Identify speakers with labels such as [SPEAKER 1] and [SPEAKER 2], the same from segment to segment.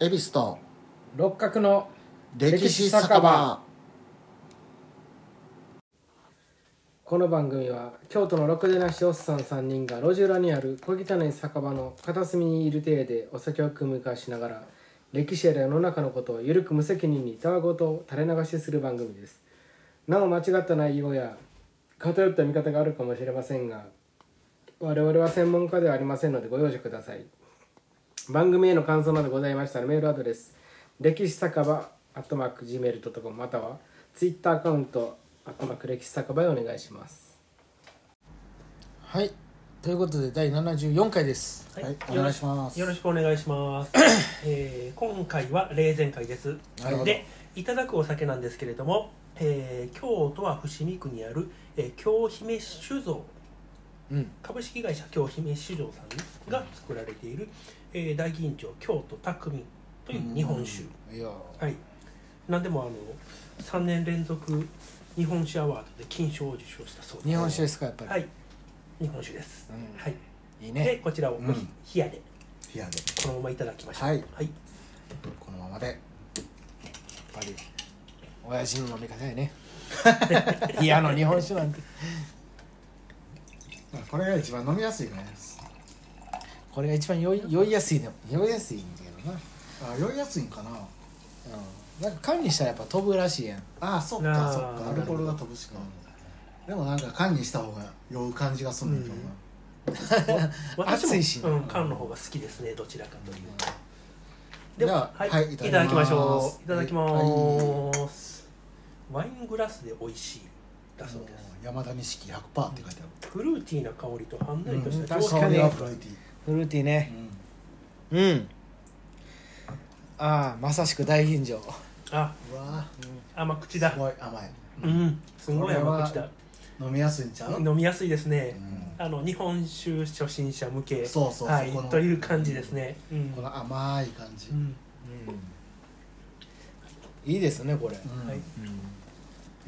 [SPEAKER 1] 恵比寿と
[SPEAKER 2] 六角の
[SPEAKER 1] 歴史酒場
[SPEAKER 2] この番組は京都のろくでなしおっさん3人が路地裏にある小汚い酒場の片隅にいる体でお酒を組み交わしながら歴史や世の中のことをゆるく無責任にたわごとを垂れ流しする番組ですなお間違った内容や偏った見方があるかもしれませんが我々は専門家ではありませんのでご容赦ください番組への感想などございましたらメールアドレス歴史酒場アットマーク Gmail.com またはツイッターアカウントアットマーク歴史酒場へお願いします
[SPEAKER 3] はいということで第74回です
[SPEAKER 1] はいお願いします
[SPEAKER 4] よろしくお願いします。えー今回は霊前会です
[SPEAKER 1] なるほ。ど
[SPEAKER 4] で、いただくお酒なんですけれども、えー京都は伏見区にある、えー京姫酒造
[SPEAKER 3] うん
[SPEAKER 4] 株式会社京姫酒造さんが作られている、えー大吟醸京都匠という日本酒。
[SPEAKER 3] いや
[SPEAKER 4] はい。なんでもあの3年連続日本酒アワードで金賞を受賞したそうです。
[SPEAKER 3] 日本酒ですかやっぱり、
[SPEAKER 4] はい。日本酒です。
[SPEAKER 3] うん
[SPEAKER 4] はい。
[SPEAKER 3] いい
[SPEAKER 4] で
[SPEAKER 3] ね
[SPEAKER 4] こちらを
[SPEAKER 1] うん
[SPEAKER 4] 冷やで
[SPEAKER 1] 冷やで
[SPEAKER 4] このままいただきました。
[SPEAKER 1] はい
[SPEAKER 4] はい
[SPEAKER 1] このままではい
[SPEAKER 3] やっぱり親父の飲み方やね いやあの日本酒なんて
[SPEAKER 1] これが一番飲みやすいね
[SPEAKER 3] これが一番酔い酔いやすいの酔いやすいんだけどな、
[SPEAKER 1] あ酔いやすいんかな
[SPEAKER 3] うん、なんか缶にしたらやっぱ飛ぶらしいやん
[SPEAKER 1] あそっ
[SPEAKER 4] あ
[SPEAKER 1] か
[SPEAKER 4] ー
[SPEAKER 1] そっかアルコールが飛ぶしかでもなんか缶にした方が酔う感じがするんだけどな
[SPEAKER 4] 私も
[SPEAKER 3] 熱いし
[SPEAKER 4] うん、缶の方が好きですねどちらかというとで
[SPEAKER 1] じゃ
[SPEAKER 4] は
[SPEAKER 1] あ
[SPEAKER 4] はい、
[SPEAKER 1] はい
[SPEAKER 4] い、ただきましょうい
[SPEAKER 1] いた
[SPEAKER 4] た
[SPEAKER 1] だ
[SPEAKER 4] だ
[SPEAKER 1] き
[SPEAKER 4] き
[SPEAKER 1] ま
[SPEAKER 4] ますす、ワイングラスで美味しいだそうです
[SPEAKER 1] 山田錦100%って書いてあ
[SPEAKER 4] フルーティーな香りとはんのりとし
[SPEAKER 3] うん
[SPEAKER 4] た
[SPEAKER 1] る
[SPEAKER 4] 上
[SPEAKER 3] 確
[SPEAKER 4] 品
[SPEAKER 3] か
[SPEAKER 4] な、
[SPEAKER 3] に
[SPEAKER 1] 香りはフルーティ
[SPEAKER 3] フルーティー
[SPEAKER 1] ー
[SPEAKER 3] ねうんああまさしく大吟醸
[SPEAKER 4] あ
[SPEAKER 1] うんうわ
[SPEAKER 4] 甘口
[SPEAKER 1] ー
[SPEAKER 4] だ
[SPEAKER 1] すごい甘い
[SPEAKER 4] うんすごい甘口だ
[SPEAKER 1] 飲みやすいんちゃう
[SPEAKER 4] 飲みやすいですね
[SPEAKER 1] う、ん
[SPEAKER 4] あの日本酒初心者向け
[SPEAKER 1] そうそう
[SPEAKER 4] はい
[SPEAKER 1] そこの
[SPEAKER 4] という感じですね、うん
[SPEAKER 1] この甘い感じ
[SPEAKER 4] うん
[SPEAKER 3] いいですねこれ、
[SPEAKER 1] うん
[SPEAKER 4] はい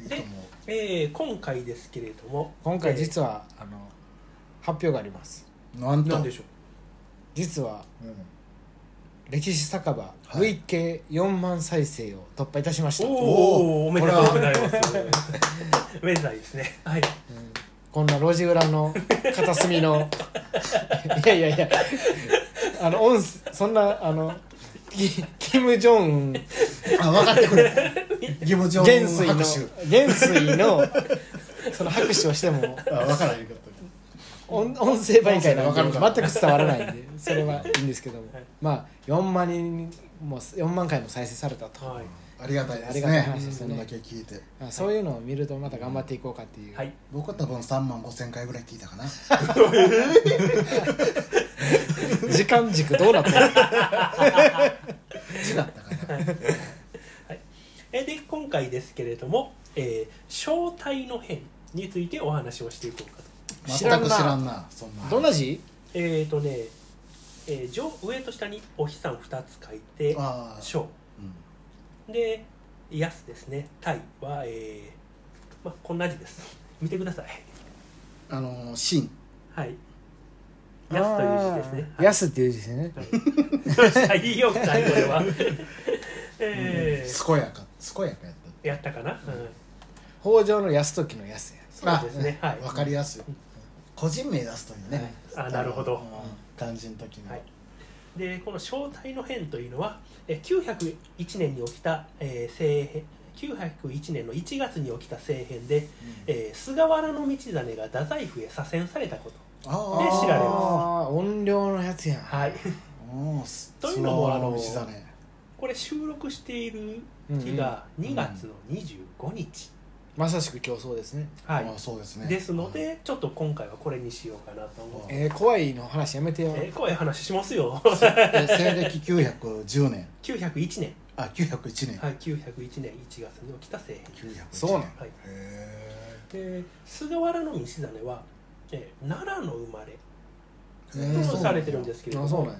[SPEAKER 1] いいと思う
[SPEAKER 4] えー今回ですけれども
[SPEAKER 3] 今回実は、あの発表があります
[SPEAKER 1] なんと
[SPEAKER 4] 何でしょう
[SPEAKER 3] 実は
[SPEAKER 1] うん
[SPEAKER 3] 歴史酒場
[SPEAKER 1] い
[SPEAKER 3] 累計4万再生を突破いたしました、うん
[SPEAKER 4] おおおめでとう
[SPEAKER 1] こ
[SPEAKER 4] ございますめでたいですねはい
[SPEAKER 3] こんな路地裏の片隅 のいやいやいやあの音声そんなあのキキム・ジョンウン
[SPEAKER 1] あ分かってく れ義務上
[SPEAKER 3] 元帥の
[SPEAKER 1] 拍手
[SPEAKER 3] 元帥のその拍手をしても
[SPEAKER 1] あ分からへんかった
[SPEAKER 3] 音音声媒介なん
[SPEAKER 1] 音声でわかる
[SPEAKER 3] で
[SPEAKER 1] から
[SPEAKER 3] 全く伝わらないんでそれはいいんですけども
[SPEAKER 4] はい
[SPEAKER 3] まあ4万人も4万回も再生されたと、
[SPEAKER 4] は
[SPEAKER 1] ありがたいです
[SPEAKER 3] ありがたい話
[SPEAKER 1] ね
[SPEAKER 3] です
[SPEAKER 1] そ
[SPEAKER 3] ね
[SPEAKER 1] れだけ聞いて
[SPEAKER 3] まあそういうのを見るとまた頑張っていこうかってい、
[SPEAKER 4] いうはい
[SPEAKER 1] 僕は多分3万5千回ぐらい聞いたかな
[SPEAKER 3] 時間軸どうなってる
[SPEAKER 1] 違ったかな
[SPEAKER 4] えで今回ですけれども、えー、招待の変についてお話をしていこうかと
[SPEAKER 3] 知
[SPEAKER 1] 全
[SPEAKER 3] らん
[SPEAKER 1] く
[SPEAKER 3] な
[SPEAKER 1] 知らんなそんな
[SPEAKER 3] どんな字
[SPEAKER 4] えっ、ー、とね、えー上上と下にお日さん2つ書いて
[SPEAKER 1] ああ
[SPEAKER 4] 小
[SPEAKER 1] うん
[SPEAKER 4] でやすですねタイはえー、まあこんな字です見てください
[SPEAKER 1] あのーシン
[SPEAKER 4] はいやすという字ですね
[SPEAKER 3] あーやすっていう字ですね
[SPEAKER 4] はい いいよ二人これ はえー
[SPEAKER 1] 健やか健やかやっ
[SPEAKER 4] やったかな、うん
[SPEAKER 3] 北条の安時のやすや
[SPEAKER 4] そうですねはい
[SPEAKER 1] た分かりやすい個人名出すというね
[SPEAKER 4] あなるほど
[SPEAKER 1] うん感じの時に
[SPEAKER 4] はいでこの正体の変というのはえ901年に起きた、えー政変901年の1月に起きた政変で、えー菅原道真が太宰府へ左遷されたこと、
[SPEAKER 1] あ
[SPEAKER 4] で知られます
[SPEAKER 3] あー音量のやつやん、
[SPEAKER 4] はい、
[SPEAKER 1] おー
[SPEAKER 4] というのもあの
[SPEAKER 1] そう道真
[SPEAKER 4] これ収録している
[SPEAKER 3] うん
[SPEAKER 4] 日が2月の25日、
[SPEAKER 3] まさしく競争ですね
[SPEAKER 4] は
[SPEAKER 1] あー
[SPEAKER 4] い、
[SPEAKER 1] そうですね
[SPEAKER 4] ですのでちょっと今回はこれにしようかなと思って、
[SPEAKER 3] えー、怖いの話やめてよ、
[SPEAKER 4] えー、こういう話しますよ
[SPEAKER 1] で西暦910年
[SPEAKER 4] 901年、
[SPEAKER 1] あ901年
[SPEAKER 4] はい、901年1月に起きた政変
[SPEAKER 1] 901年
[SPEAKER 3] そうなん
[SPEAKER 4] はい
[SPEAKER 1] へ
[SPEAKER 4] で菅原道真は、えー奈良の生まれ
[SPEAKER 1] え
[SPEAKER 4] とされてるんですすけれど
[SPEAKER 3] あそう
[SPEAKER 4] も
[SPEAKER 3] なん、や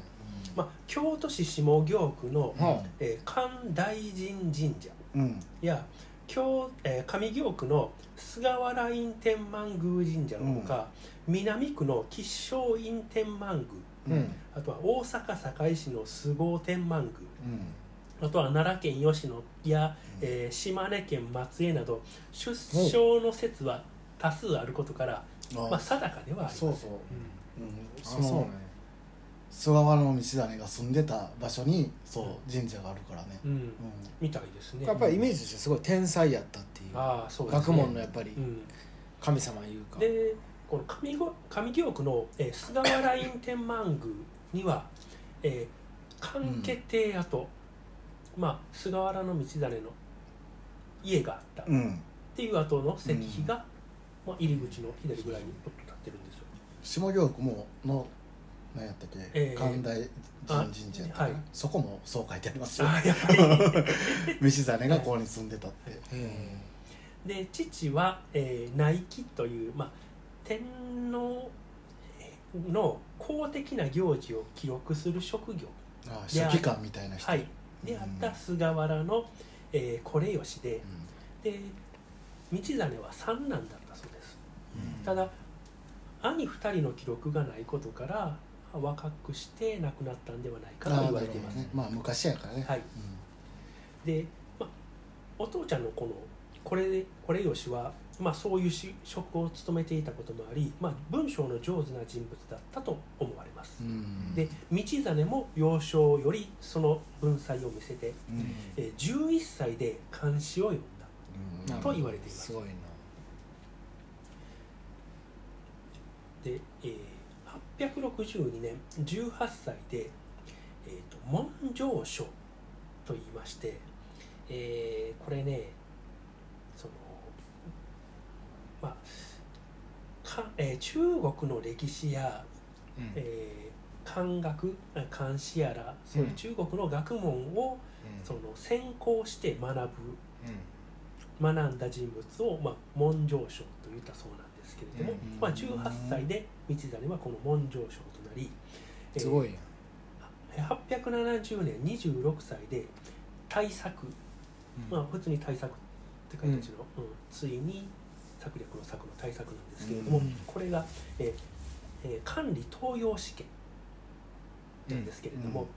[SPEAKER 4] まあ、京都市下京区の、
[SPEAKER 3] うん
[SPEAKER 1] は
[SPEAKER 4] えー神大神神社
[SPEAKER 1] うん
[SPEAKER 4] や京、えー上京区の菅原院天満宮神社のほか、南区の吉祥院天満宮
[SPEAKER 1] うんうん
[SPEAKER 4] あとは大阪堺市の菅生天満宮あとは奈良県吉野や、えー島根県松江など出生の説は多数あることから、
[SPEAKER 1] あ
[SPEAKER 4] まあ、定かではあります
[SPEAKER 1] そうそう、うん、
[SPEAKER 3] あ
[SPEAKER 1] その菅原道真が住んでた場所にそう神社があるからね、
[SPEAKER 4] う、ん、
[SPEAKER 1] う
[SPEAKER 4] みたいですね
[SPEAKER 3] やっぱりイメージとしてすごい天才やったっていう
[SPEAKER 4] ああそうです、ね、
[SPEAKER 3] 学問のやっぱり
[SPEAKER 4] うん
[SPEAKER 3] 神様いうか
[SPEAKER 4] でこの上ご上京区の、えー菅原院天満宮には、えー、関家邸跡、まあ、菅原道真の家があったっ
[SPEAKER 1] んうん、
[SPEAKER 4] ていう跡の石碑が、まあ、入り口の左ぐらいにポッと立ってるんですよ。
[SPEAKER 1] 下京区もの何やったっけ、
[SPEAKER 4] ええ
[SPEAKER 1] 神大神神社やったかな
[SPEAKER 4] あはい
[SPEAKER 1] そこもそう書いてあり ますよ
[SPEAKER 4] あやっぱり
[SPEAKER 1] 道真がここに住んでたって、
[SPEAKER 3] うん
[SPEAKER 4] で父は、えー、内記という、まあ、天皇の公的な行事を記録する職業、
[SPEAKER 1] ああ書記官みたいな人、
[SPEAKER 4] はい、であった菅原の、えー、これよしでで道真は三男だったそうです
[SPEAKER 1] うん
[SPEAKER 4] ただ兄二人の記録がないことから若くして亡くなったんではないかと
[SPEAKER 1] ああ
[SPEAKER 4] 言
[SPEAKER 1] な
[SPEAKER 4] わ
[SPEAKER 1] る
[SPEAKER 4] れ
[SPEAKER 1] ほ
[SPEAKER 4] て
[SPEAKER 1] ど
[SPEAKER 4] います、
[SPEAKER 1] ねまあ昔やからね、
[SPEAKER 4] はい、で、まあ、お父ちゃんのこのこれこれよしは、まあ、そういうし職を務めていたこともあり、まあ、文章の上手な人物だったと思われます
[SPEAKER 1] う、ん
[SPEAKER 4] で道真も幼少よりその文才を見せて、
[SPEAKER 1] うんうん
[SPEAKER 4] えー11歳で漢詩を読んだ
[SPEAKER 1] うん
[SPEAKER 4] と言われています
[SPEAKER 3] すごいな
[SPEAKER 4] で、えー、862年18歳で、えー、と文章書と言いまして、えーこれねそのまあか、えー中国の歴史や、
[SPEAKER 3] うん
[SPEAKER 4] えー漢学あ漢詩やらそういう中国の学問
[SPEAKER 3] う
[SPEAKER 4] を、
[SPEAKER 3] ん
[SPEAKER 4] その専攻して学ぶ
[SPEAKER 3] うん
[SPEAKER 4] 学んだ人物を、まあ、文章賞と言ったそうなんですけれども、
[SPEAKER 1] うん
[SPEAKER 4] まあ、18歳で道真はこの文章賞となり、
[SPEAKER 3] すご
[SPEAKER 4] い
[SPEAKER 3] いやん
[SPEAKER 4] 870年26歳で大作、
[SPEAKER 3] うん
[SPEAKER 4] まあ、普通に大作って形の、うんついに策略の策の大作なんですけれども、
[SPEAKER 3] うん
[SPEAKER 4] これが、えーえー管理東洋試験なんですけれども、
[SPEAKER 1] うん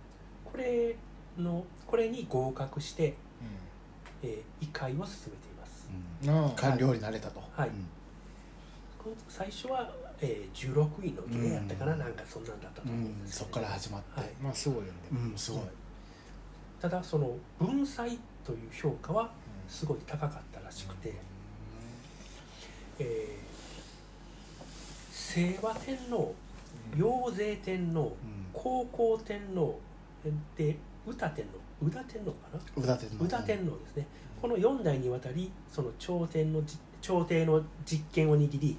[SPEAKER 4] これのこれに合格して、
[SPEAKER 3] う
[SPEAKER 4] えー、異界を進めています。
[SPEAKER 1] うん
[SPEAKER 3] んなあ
[SPEAKER 1] 官僚になれたと、
[SPEAKER 4] はい
[SPEAKER 1] うん
[SPEAKER 4] 最初は、えー、16位の芸やったかな、
[SPEAKER 1] うん
[SPEAKER 4] なんかそんなんだったと
[SPEAKER 1] う
[SPEAKER 4] 思うん
[SPEAKER 1] ん
[SPEAKER 4] です
[SPEAKER 1] そ
[SPEAKER 4] け
[SPEAKER 1] っ
[SPEAKER 4] ど
[SPEAKER 1] から始まって、
[SPEAKER 4] はい
[SPEAKER 3] まあすごいよね
[SPEAKER 1] うんすごい、
[SPEAKER 4] ただその文才という評価はすごい高かったらしくて、えー、清和天皇養成天皇
[SPEAKER 1] うん
[SPEAKER 4] 高皇天皇で宇多天皇宇多天皇かな
[SPEAKER 1] 宇田天皇
[SPEAKER 4] 宇多天皇ですね、この4代にわたりその朝廷のじ朝廷の実権を握り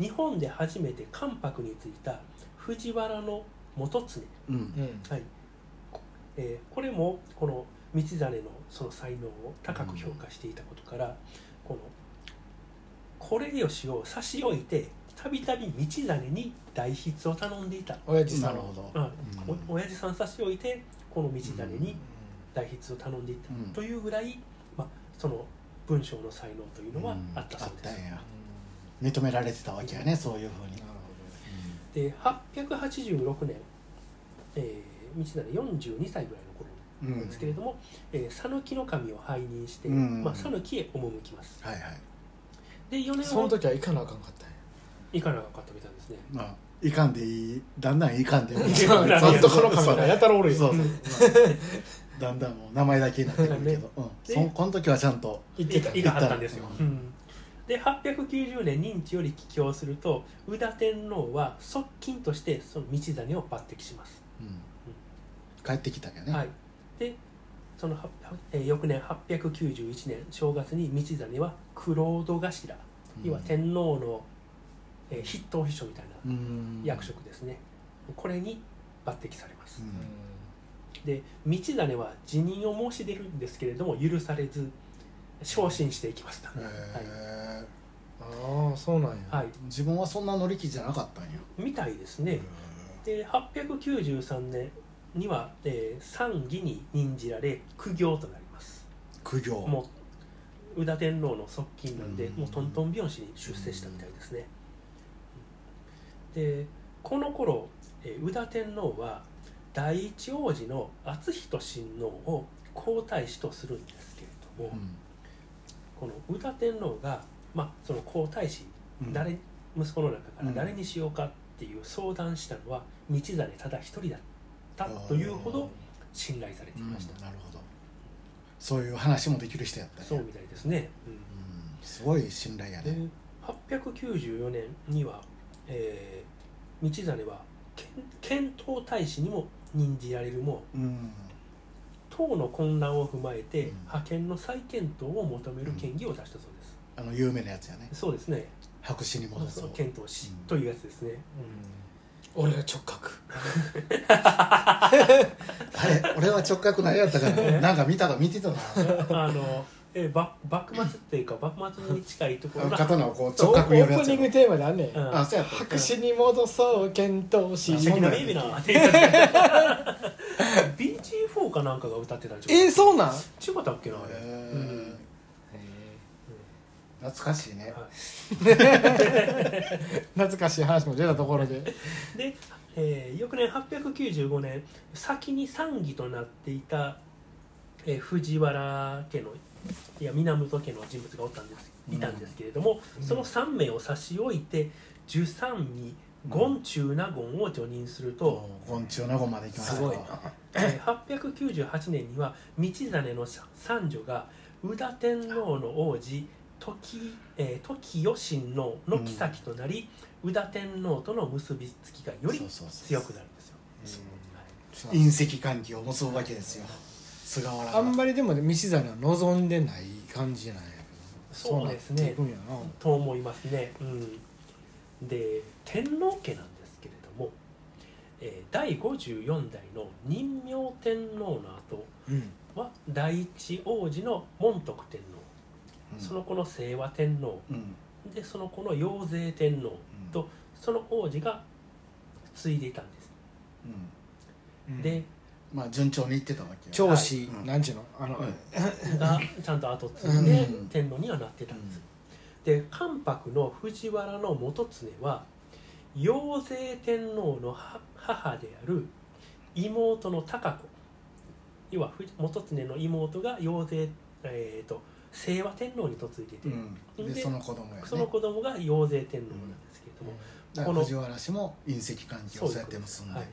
[SPEAKER 4] 日本で初めて関白についた藤原の元常、
[SPEAKER 1] うん
[SPEAKER 3] うんうん
[SPEAKER 4] はいこえーこれもこの道真のその才能を高く評価していたことから、この惟義を差し置いてたびたび道真に代筆を頼んでいた、
[SPEAKER 3] 親父さ
[SPEAKER 1] なんるほど、
[SPEAKER 4] うん
[SPEAKER 1] うん
[SPEAKER 4] お親父さん差し置いてこの道真に代筆を頼んでいた、
[SPEAKER 1] うん
[SPEAKER 4] というぐらい、まあ、その文章の才能というのはあったそう
[SPEAKER 1] ん
[SPEAKER 4] です、
[SPEAKER 1] あったんや認められてたわけやねそういうふうに、
[SPEAKER 4] で886年、えー、道真42歳ぐらいの頃
[SPEAKER 1] うん
[SPEAKER 4] なんですけれども、えー讃岐の神を拝任して、
[SPEAKER 1] うん
[SPEAKER 4] まあ、讃岐へ赴きます
[SPEAKER 1] はいはい
[SPEAKER 4] で4年
[SPEAKER 3] その
[SPEAKER 4] 後
[SPEAKER 3] 時は行かなあかんかったんや
[SPEAKER 4] 行かなかったみたいですね
[SPEAKER 1] まあいかんでいいだんだんいか んでいい
[SPEAKER 4] ずっと
[SPEAKER 3] このカメラやたらおるよ
[SPEAKER 1] そうそうそうだんだんもう名前だけになってくるけど、うん、
[SPEAKER 4] で
[SPEAKER 1] そんこの時はちゃんと
[SPEAKER 3] 行って
[SPEAKER 4] 行
[SPEAKER 3] た
[SPEAKER 4] か行かはったんですよ、
[SPEAKER 1] う
[SPEAKER 4] うんで890年任期より帰郷すると宇田天皇は側近としてその道真を抜擢します
[SPEAKER 1] うん帰ってきたけどね、
[SPEAKER 4] はい、でそのは、えー翌年891年正月に道真は九郎戸頭、
[SPEAKER 1] うん
[SPEAKER 4] 要は天皇の、えー筆頭秘書みたいな
[SPEAKER 1] うん
[SPEAKER 4] 役職ですね、これに抜擢されます
[SPEAKER 1] う、ん
[SPEAKER 4] で道真は辞任を申し出るんですけれども許されず昇進していきました、
[SPEAKER 1] へえ
[SPEAKER 3] ああそうなんや
[SPEAKER 4] はい、
[SPEAKER 1] 自分はそんな乗り気じゃなかったんや、
[SPEAKER 4] みたいですね、で893年には、えー参議に任じられ苦行となります
[SPEAKER 1] 苦行
[SPEAKER 4] もう宇田天皇の側近なんで、
[SPEAKER 1] うん
[SPEAKER 4] もうトントン拍子に出世したみたいですね、でこの頃、えー宇田天皇は第一王子の篤仁親王を皇太子とするんですけれども、この宇田天皇が、まあ、その皇太子
[SPEAKER 1] うん
[SPEAKER 4] 誰息子の中から誰にしようかっていう相談したのは道真ただ一人だったというほど信頼されていました、
[SPEAKER 1] うんなるほどそういう話もできる人やったんや
[SPEAKER 4] そうみたいですね、
[SPEAKER 1] うんすごい信頼や
[SPEAKER 4] うん
[SPEAKER 1] ね
[SPEAKER 4] で894年には、えー道真は遣遣唐大使にも任じられるも
[SPEAKER 1] うん
[SPEAKER 4] 唐の混乱を踏まえて
[SPEAKER 1] うん
[SPEAKER 4] 派遣の再検討を求める建議を出したそうです、
[SPEAKER 1] あの有名なやつやね
[SPEAKER 4] そうですね
[SPEAKER 1] 白紙に戻
[SPEAKER 4] そ
[SPEAKER 1] そうう
[SPEAKER 4] 検討し、
[SPEAKER 1] うん
[SPEAKER 4] というやつで すね、
[SPEAKER 3] 俺は直 角
[SPEAKER 1] あれ俺は直角なんやったからなんか見たか見てたな
[SPEAKER 4] あの、えー、ば幕末っていうか幕末に近いとこ
[SPEAKER 1] あの
[SPEAKER 4] ろが
[SPEAKER 1] 刀をこう
[SPEAKER 3] オ
[SPEAKER 1] 直
[SPEAKER 3] ー
[SPEAKER 1] 角にやるや
[SPEAKER 3] プ
[SPEAKER 1] つ
[SPEAKER 3] ニ
[SPEAKER 1] や
[SPEAKER 3] ング
[SPEAKER 1] ろ
[SPEAKER 3] テーマであんねん
[SPEAKER 4] うん
[SPEAKER 1] あそうやった
[SPEAKER 3] 白紙に戻そう検討し
[SPEAKER 1] あ
[SPEAKER 4] シャキナメイビな BG4 かなんかが歌ってたんじゃ
[SPEAKER 3] えー、そうなん
[SPEAKER 4] 違ったっけなあれ、
[SPEAKER 1] へ
[SPEAKER 4] うん
[SPEAKER 1] ー懐かしいね
[SPEAKER 4] は
[SPEAKER 3] 懐かしい話も出たところで
[SPEAKER 4] いで、えー翌年895年先に参議となっていた、えー藤原家のいや源家の人物がおったんですいたんですけれども、その3名を差し置いて十三に権中納言を除任すると、
[SPEAKER 1] 昆虫名護まで行きましたか
[SPEAKER 3] すごい
[SPEAKER 4] えー898年には道真の三女が宇田天皇の王子時,、えー時代親王の妃となり、宇田天皇との結びつきがより
[SPEAKER 1] そうそうそう
[SPEAKER 4] 強くなるんですよ。
[SPEAKER 1] 隕石換気を結ぶわけですよ菅原が
[SPEAKER 3] あんまりでも道真は望んでない感じなんや
[SPEAKER 4] そうです
[SPEAKER 3] なって
[SPEAKER 4] ね
[SPEAKER 3] いくんやな
[SPEAKER 4] と思いますね。うん、で天皇家なんですけれども、えー第54代の任明天皇の後
[SPEAKER 3] うん
[SPEAKER 4] は第一王子の門徳天皇、
[SPEAKER 1] うん
[SPEAKER 4] その子の清和天皇、
[SPEAKER 1] うん
[SPEAKER 4] でその子の養成天皇とその王子が継いでいたんです、
[SPEAKER 1] うん
[SPEAKER 3] うん
[SPEAKER 4] で
[SPEAKER 1] まあ順調にいってたわけよ
[SPEAKER 3] 長子、
[SPEAKER 1] はい
[SPEAKER 3] なんちゅうのあの、
[SPEAKER 1] うん
[SPEAKER 4] がちゃんと後継いで
[SPEAKER 1] うん
[SPEAKER 4] 天皇にはなってたんです、で関白の藤原の元常は養成天皇の母母である妹の高子要は藤元常の妹が養成えー、と清和天皇に嫁いでて、
[SPEAKER 1] うんで
[SPEAKER 4] で
[SPEAKER 1] その子供やね
[SPEAKER 4] その子供が養成天皇なんですけれども、
[SPEAKER 1] だから藤原氏も隕石換気をそうやって結んで
[SPEAKER 4] はい、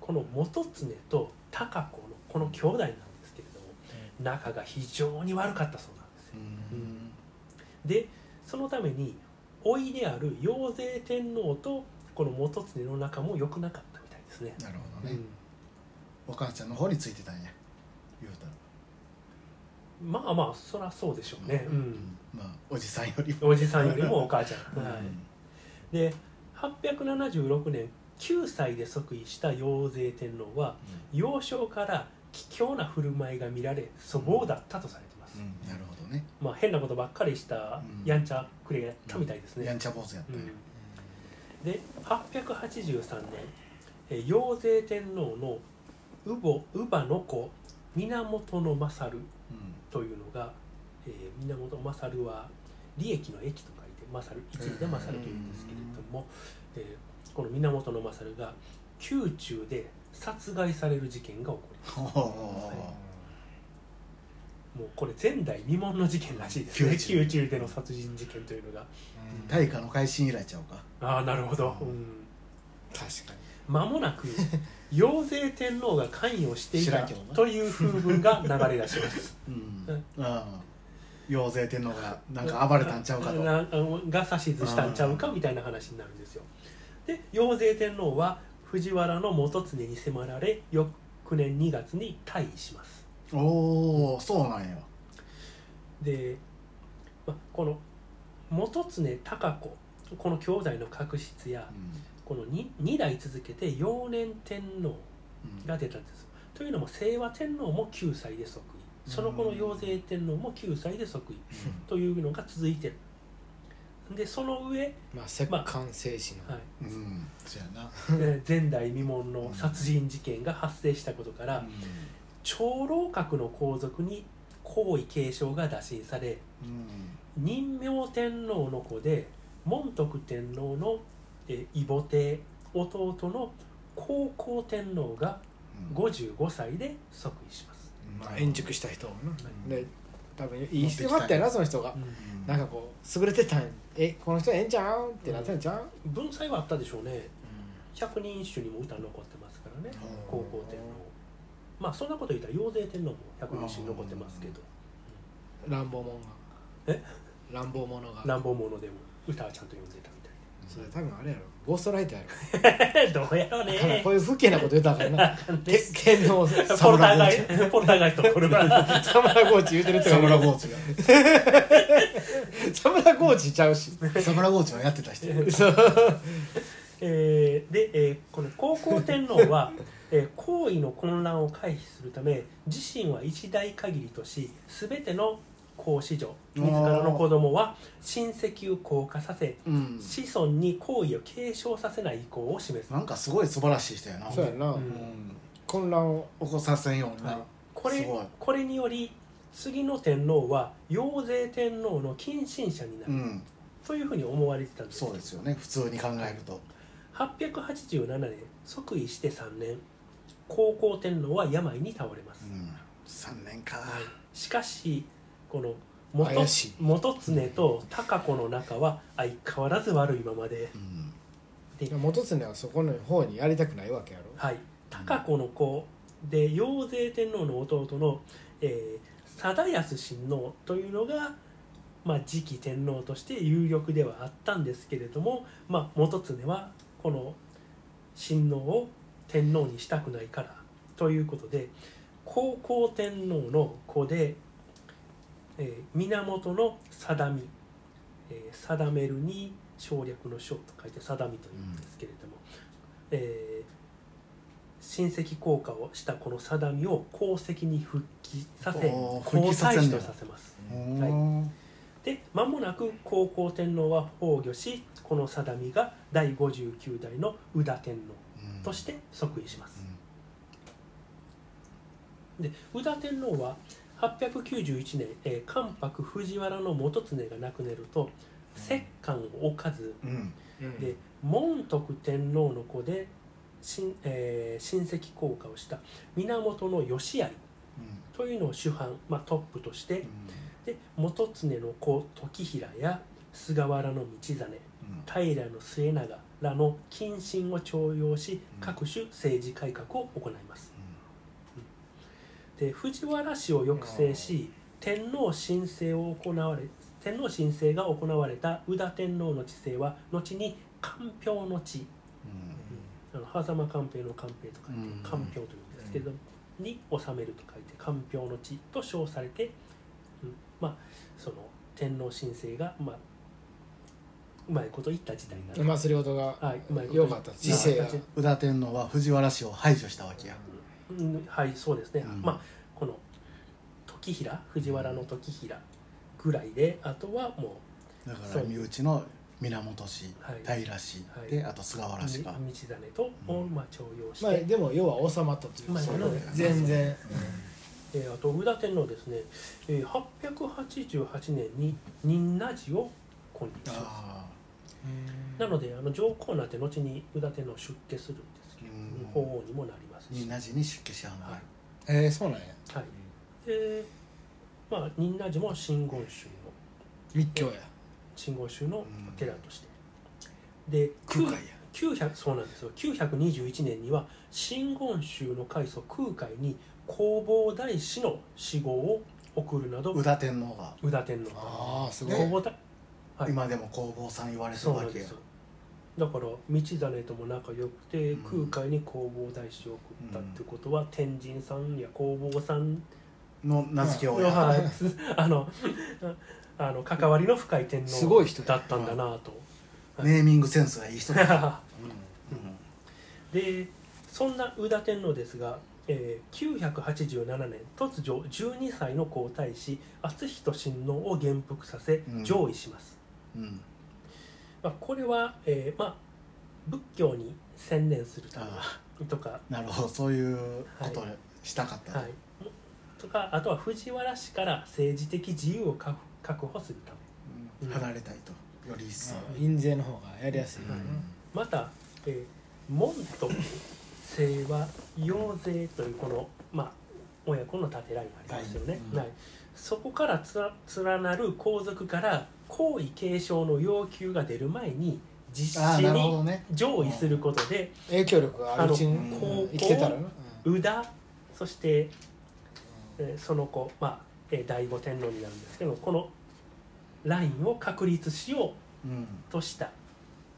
[SPEAKER 4] この元常と高子のこの兄弟なんですけれども仲が非常に悪かったそうなんですよ
[SPEAKER 1] うん
[SPEAKER 4] でそのために甥いである養成天皇とこの元常の仲も良くなかったみたいですね、
[SPEAKER 1] なるほどね
[SPEAKER 4] う
[SPEAKER 1] お母ちゃんの方についてたんや言うたら
[SPEAKER 4] んまあまあそりゃそうでしょうね、うん
[SPEAKER 1] まあおじさんよりも
[SPEAKER 4] おじさんよりもお母ちゃん、は
[SPEAKER 1] うん
[SPEAKER 4] い、で876年9歳で即位した養成天皇は幼少から卑怯な振る舞いが見られ粗暴だったとされてます、
[SPEAKER 1] うんなるほどね
[SPEAKER 4] まあ、変なことばっかりした
[SPEAKER 1] うん
[SPEAKER 4] やんちゃくれやったみたいです
[SPEAKER 1] や
[SPEAKER 4] ね
[SPEAKER 1] ん、ちゃ坊主やったん
[SPEAKER 4] う
[SPEAKER 1] や
[SPEAKER 4] んで883年えー養成天皇の乳母乳母の子源の勝
[SPEAKER 1] うん
[SPEAKER 4] というのが、えー源勝は利益の益と書いて勝一時で勝というんですけれども、えーこの源の勝が宮中で殺害される事件が起こります
[SPEAKER 1] おー
[SPEAKER 4] もうこれ前代未聞の事件らしいですね
[SPEAKER 1] 宮
[SPEAKER 4] 宮
[SPEAKER 1] 中
[SPEAKER 4] 中での殺人事件というのが
[SPEAKER 3] うん
[SPEAKER 1] 大化の改新以来ちゃうか
[SPEAKER 4] ああなるほど、うん、
[SPEAKER 3] 確かに
[SPEAKER 4] 間も なく養成天皇が関与してい
[SPEAKER 1] 知ら
[SPEAKER 4] た
[SPEAKER 1] んけどな
[SPEAKER 4] という風文が流れ出します
[SPEAKER 1] うん
[SPEAKER 4] うん
[SPEAKER 1] ああ妖精天皇が なんか暴れたんちゃうかと
[SPEAKER 4] なが指図したんちゃうかみたいな話になるんですよで養成天皇は藤原の元常に迫られ翌年2月に退位します
[SPEAKER 1] おおそうなんや
[SPEAKER 4] で、ま、この元常高子この兄弟の確執や
[SPEAKER 1] うん
[SPEAKER 4] この 2, 2代続けて幼年天皇
[SPEAKER 1] うん
[SPEAKER 4] が出たんですというのも清和天皇も9歳で即位その後の養成天皇も9歳で即位というのが続いてるでその上、はい
[SPEAKER 3] まあ摂関精神の、
[SPEAKER 1] うんうんそうやな
[SPEAKER 4] えー前代未聞の殺人事件が発生したことから長老閣の皇族に皇位継承が打診され
[SPEAKER 1] うん
[SPEAKER 4] 任明天皇の子で門徳天皇のえー異母帝弟の高皇天皇が55歳で即位します、
[SPEAKER 3] まあ、円熟した人をな、
[SPEAKER 1] うん
[SPEAKER 3] で多分いい人だったよなその人が、なんかこう優れてたんえこの人ええんちゃうんってなってたんちゃう、
[SPEAKER 4] 文才はあったでしょうね百人一首にも歌残ってますからね
[SPEAKER 1] うん
[SPEAKER 4] 高皇天皇まあそんなこと言ったら陽勢天皇も百人一首に残ってますけど
[SPEAKER 3] 乱暴者が
[SPEAKER 4] え
[SPEAKER 3] 乱暴者が
[SPEAKER 4] 乱暴者でも歌はちゃんと読んでたみたいな
[SPEAKER 3] それ多分あれやろゴーストライターやろ、
[SPEAKER 4] え どうやろう
[SPEAKER 3] だから
[SPEAKER 4] ね
[SPEAKER 3] こういう風景なこと言ったから なけ
[SPEAKER 4] ね
[SPEAKER 3] 剣の
[SPEAKER 4] ポルター
[SPEAKER 3] ゴ
[SPEAKER 4] ガ
[SPEAKER 3] ーチ
[SPEAKER 4] イポルターガイストこれは
[SPEAKER 3] サムラゴーチ言うてるって
[SPEAKER 1] サムラ
[SPEAKER 3] サ
[SPEAKER 1] ゴーチが
[SPEAKER 3] ムラゴーチちゃう し
[SPEAKER 1] サムラゴーチがやってた人
[SPEAKER 3] そう
[SPEAKER 4] えーで、えーこの高皇天皇は、 えー皇位の混乱を回避するため自身は一代限りとし全ての皇子女自らの子供は親戚を降下させ
[SPEAKER 1] うん
[SPEAKER 4] 子孫に皇位を継承させない意向を示す
[SPEAKER 1] なんかすごい素晴らしい人やな
[SPEAKER 3] そうやな、
[SPEAKER 4] う
[SPEAKER 1] うんん
[SPEAKER 3] 混乱を
[SPEAKER 1] 起こさせんようにな
[SPEAKER 4] はいこれ
[SPEAKER 1] すごい
[SPEAKER 4] これにより次の天皇は陽勢天皇の近親者にな
[SPEAKER 1] う
[SPEAKER 4] る、
[SPEAKER 1] ん
[SPEAKER 4] というふうに思われてたんです
[SPEAKER 1] そうですよね普通に考えると
[SPEAKER 4] 887年即位して3年高皇天皇は病に倒れます
[SPEAKER 1] う、ん3年か
[SPEAKER 4] しかしこの元
[SPEAKER 3] 怪しい
[SPEAKER 4] 元常と高子の仲は相変わらず悪いままで、
[SPEAKER 1] うん
[SPEAKER 3] いや元常はそこの方にやりたくないわけやろ
[SPEAKER 4] はい、高子の子で陽勢天皇の弟の、えー貞康親王というのが、まあ、次期天皇として有力ではあったんですけれども、まあ、元常はこの親王を天皇にしたくないからということで高皇天皇の子で、えー源の定美、えー定めるに省略の省と書いて定美というんですけれども、えー親戚降下をしたこの定美を皇籍に復帰させ
[SPEAKER 1] おー
[SPEAKER 4] 皇太子と
[SPEAKER 1] 復帰させんだ
[SPEAKER 4] させます。
[SPEAKER 1] お
[SPEAKER 4] はい
[SPEAKER 1] ー
[SPEAKER 4] で間もなく高皇天皇は崩御しこの定美が第59代の宇田天
[SPEAKER 1] うん
[SPEAKER 4] 皇として即位します、で宇田天皇は891年、えー関白藤原の元常が亡くなると摂関を置かず
[SPEAKER 1] うん
[SPEAKER 3] うん
[SPEAKER 4] で門徳天皇の子で親,、えー親戚降下をした源義有
[SPEAKER 1] うん
[SPEAKER 4] というのを主犯、まあ、トップとしてで元常の子時平や菅原道真
[SPEAKER 1] うん
[SPEAKER 4] 平の末永らの謹慎を徴用し
[SPEAKER 1] うん
[SPEAKER 4] 各種政治改革を行いますで藤原氏を抑制し天皇申請を行われ天皇申請が行われた宇田天皇の治世は後に官票の地あの狭間官兵の官兵と書いて
[SPEAKER 1] うん
[SPEAKER 4] 官票というんですけど、に治めると書いて官票の地と称されて、うんまあその天皇親政が、まあ、うまいこと言った時代になる、
[SPEAKER 3] 馬すり事が
[SPEAKER 4] はいうまいこと
[SPEAKER 3] 良かった知性が
[SPEAKER 4] はい
[SPEAKER 1] 宇田天皇は藤原氏を排除したわけや
[SPEAKER 4] うんはいそうですね、
[SPEAKER 1] うん
[SPEAKER 4] まあこの時平藤原の時平ぐらいであとはも
[SPEAKER 1] だか
[SPEAKER 4] そ
[SPEAKER 1] ら
[SPEAKER 4] う
[SPEAKER 1] 身内の源氏
[SPEAKER 4] はい
[SPEAKER 1] 平氏
[SPEAKER 4] はい
[SPEAKER 1] であと菅
[SPEAKER 4] う
[SPEAKER 1] 原
[SPEAKER 4] 道
[SPEAKER 1] 氏
[SPEAKER 4] 真
[SPEAKER 1] が
[SPEAKER 4] と、を
[SPEAKER 1] うん
[SPEAKER 4] まあ、徴用して、
[SPEAKER 3] まあでも要は収まったという
[SPEAKER 4] まあ
[SPEAKER 3] そう
[SPEAKER 4] そう
[SPEAKER 3] 全然
[SPEAKER 4] えーあと宇田天皇ですね、えー888年に仁和寺を婚にします
[SPEAKER 1] あ
[SPEAKER 4] なのであの上皇になって後に宇田天皇出家するんですけど、
[SPEAKER 1] うん
[SPEAKER 4] 法皇にもなります
[SPEAKER 1] み
[SPEAKER 4] し、
[SPEAKER 1] んなじに出家しはんの
[SPEAKER 4] は
[SPEAKER 1] や
[SPEAKER 3] えー、そうなんや
[SPEAKER 4] はいでまあ仁和寺も真言宗の
[SPEAKER 3] 密教や
[SPEAKER 4] 真言宗のお寺として、で
[SPEAKER 1] 空海や
[SPEAKER 4] 900そうなんですよ921年には真言宗の開祖空海に弘法大師の死号を送るなど
[SPEAKER 1] 宇田天皇が
[SPEAKER 4] 宇田天皇
[SPEAKER 3] ああすごい、
[SPEAKER 1] ね
[SPEAKER 4] 弘法大はい
[SPEAKER 1] 今でも弘法さん言われてる
[SPEAKER 4] そうな
[SPEAKER 1] わ
[SPEAKER 4] ん
[SPEAKER 1] け
[SPEAKER 4] で
[SPEAKER 1] や
[SPEAKER 4] すよだから道真とも仲良くて、
[SPEAKER 1] うん
[SPEAKER 4] 空海に弘法大師を送ったってことは、天神さんや弘法さん
[SPEAKER 1] の名付け
[SPEAKER 4] の
[SPEAKER 1] 親
[SPEAKER 4] はい あのあの関わりの深い天
[SPEAKER 3] すごい人
[SPEAKER 4] 皇
[SPEAKER 3] や
[SPEAKER 4] だったんだなと。はい
[SPEAKER 1] ネーミングセンスがいい人だ
[SPEAKER 4] でそんな宇田天皇ですが、えー987年突如12歳の皇太子篤仁親王を元服させ
[SPEAKER 1] うん
[SPEAKER 4] 上位します。
[SPEAKER 1] うんうん
[SPEAKER 4] まあ、これは、えーまあ、仏教に専念するためとか,、
[SPEAKER 1] なるほどそういうことをしたかったと
[SPEAKER 4] はい、とかあとは藤原氏から政治的自由を確確保するため
[SPEAKER 1] うん
[SPEAKER 4] うん
[SPEAKER 1] 離れたいとより一層
[SPEAKER 3] 印税の方がやりやすいよな、
[SPEAKER 4] また、えー門と清和陽勢というこの、まあ、親子の縦ラインがありますよね、
[SPEAKER 1] はい
[SPEAKER 4] はい、そこからつら連なる皇族から皇位継承の要求が出る前に実
[SPEAKER 1] ああ
[SPEAKER 4] 施
[SPEAKER 1] なるほ
[SPEAKER 4] に
[SPEAKER 1] どね
[SPEAKER 4] 上位することで
[SPEAKER 3] 影響力があるうちに
[SPEAKER 1] あの
[SPEAKER 3] うん
[SPEAKER 4] こう
[SPEAKER 3] 生きてたらな
[SPEAKER 4] 宇田そして、えーその子、まあえー醍醐天皇になるんですけどこのラインを確立しよ
[SPEAKER 1] うん
[SPEAKER 4] うとした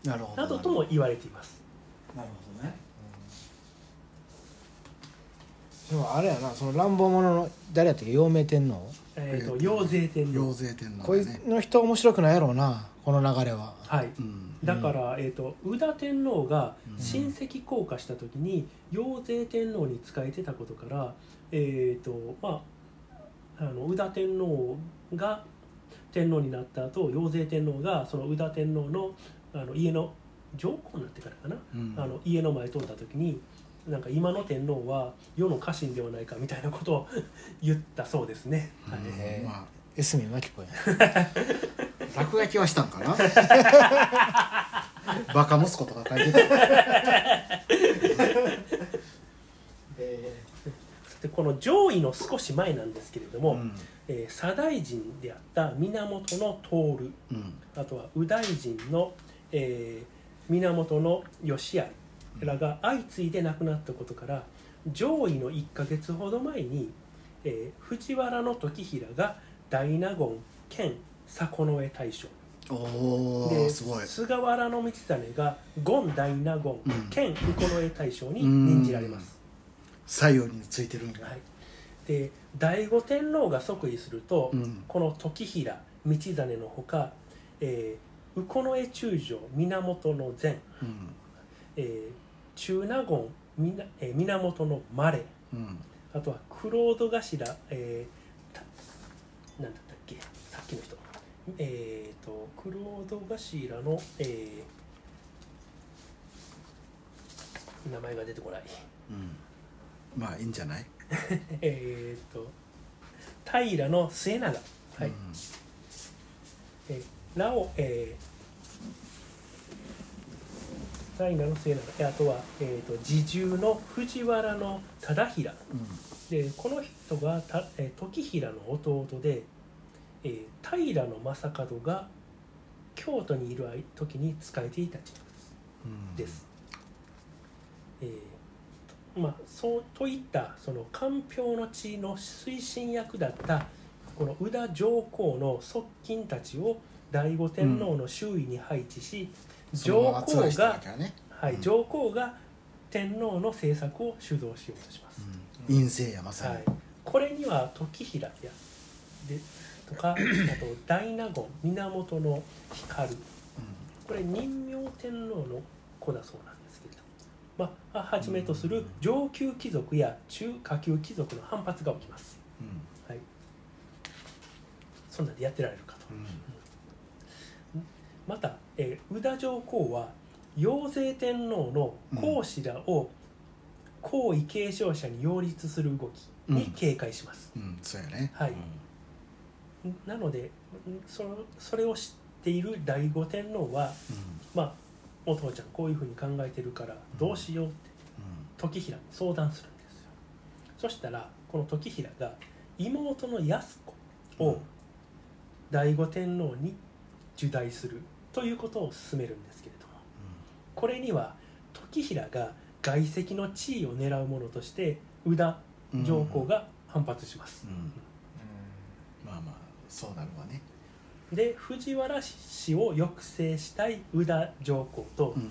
[SPEAKER 1] なるほど
[SPEAKER 4] などとも言われています。
[SPEAKER 1] なるほどね
[SPEAKER 3] でもあれやなその乱暴者の誰やったっけ陽明天皇
[SPEAKER 4] えー、と陽勢天
[SPEAKER 1] 陽
[SPEAKER 4] 皇、
[SPEAKER 1] 勢天皇
[SPEAKER 3] こいつ
[SPEAKER 1] ね
[SPEAKER 3] の人面白くないやろうなこの流れは
[SPEAKER 4] はい、
[SPEAKER 1] うん
[SPEAKER 4] だから、えー、と宇田天皇が
[SPEAKER 1] うん
[SPEAKER 4] 親戚降下した時に陽勢天皇に仕えてたことから、えーとまあ、あの宇田天皇が天皇になった後陽勢天皇がその宇田天皇のあの家の上皇になってからかな、
[SPEAKER 1] うん
[SPEAKER 4] あの家の前通った時になんか今の天皇は世の家臣ではないかみたいなことを 言ったそうですね。
[SPEAKER 1] う
[SPEAKER 4] はい
[SPEAKER 1] んまあ
[SPEAKER 3] 江角真紀子や
[SPEAKER 1] 落書きはしたんか なバカ息子とか書いてた
[SPEAKER 4] でこの上位の少し前なんですけれども、
[SPEAKER 1] うん
[SPEAKER 4] えー左大臣であった源の徹
[SPEAKER 1] うん
[SPEAKER 4] あとは右大臣の、えー源の義有らが相次いで亡くなったことから上位の1ヶ月ほど前に、えー藤原時平が大納言兼坂上大将
[SPEAKER 1] お
[SPEAKER 4] で
[SPEAKER 1] ーすごい
[SPEAKER 4] 菅原道真が権大納言
[SPEAKER 1] うん
[SPEAKER 4] 兼右近衛大将に任じられます。
[SPEAKER 1] 左右についてるんか
[SPEAKER 4] はい、で醍醐天皇が即位すると、
[SPEAKER 1] うん
[SPEAKER 4] この時平道真のほか、えー右近衛中将源の前、
[SPEAKER 1] うん
[SPEAKER 4] えー中納言みな、えー源の稀
[SPEAKER 1] うん
[SPEAKER 4] あとは九郎戸頭、えーたなんだったっけさっきの人えっ、と九郎戸頭の、えー名前が出てこない
[SPEAKER 1] うんまあいいんじゃない
[SPEAKER 4] えー、と平の末永はい、
[SPEAKER 1] うん
[SPEAKER 4] えーなお、えー、平の末永えあとは、えー、と侍従の藤原の忠平でこの人がた、えー時平の弟で、えー平の正門が京都にいる時に仕えていた人
[SPEAKER 1] うん
[SPEAKER 4] です。えーまあ、そうといったその官票の地の推進役だったこの宇田上皇の側近たちを醍醐天皇の周囲に配置し、
[SPEAKER 1] その
[SPEAKER 4] 上
[SPEAKER 1] まま
[SPEAKER 4] 皇
[SPEAKER 1] 貫いてたわ
[SPEAKER 4] が
[SPEAKER 1] け、やね
[SPEAKER 4] はい
[SPEAKER 1] うん
[SPEAKER 4] 上皇が天皇の政策を主導しようとします。
[SPEAKER 1] うん陰性やまさ
[SPEAKER 4] は
[SPEAKER 1] に
[SPEAKER 4] い、これには時平やでとかあと大納言源の光
[SPEAKER 1] う
[SPEAKER 4] これ任命天皇の子だそうなんですけれども、まあ、はじめとする上級貴族や中下級貴族の反発が起きます、
[SPEAKER 1] ん
[SPEAKER 4] はい、そんなんでやってられるかと
[SPEAKER 1] うん
[SPEAKER 4] また、えー宇田上皇は陽聖天皇の皇子らを皇位継承者に擁立する動きに警戒します、
[SPEAKER 1] うんうんそうやね
[SPEAKER 4] はい
[SPEAKER 1] うん
[SPEAKER 4] なのでんそのそれを知っている醍醐天皇は
[SPEAKER 1] うん
[SPEAKER 4] まあお父ちゃんこういうふうに考えてるからどうしようって時平に相談するんですよそしたらこの時平が妹の安子
[SPEAKER 1] うん
[SPEAKER 4] を醍醐天皇に受代するということを進めるんですけれどもこれには時平が外戚の地位を狙うものとして宇田
[SPEAKER 1] うん
[SPEAKER 4] 上皇が反発します
[SPEAKER 1] う、んまあまあそうなるわね
[SPEAKER 4] で藤原氏を抑制したい宇田上皇と、
[SPEAKER 1] うん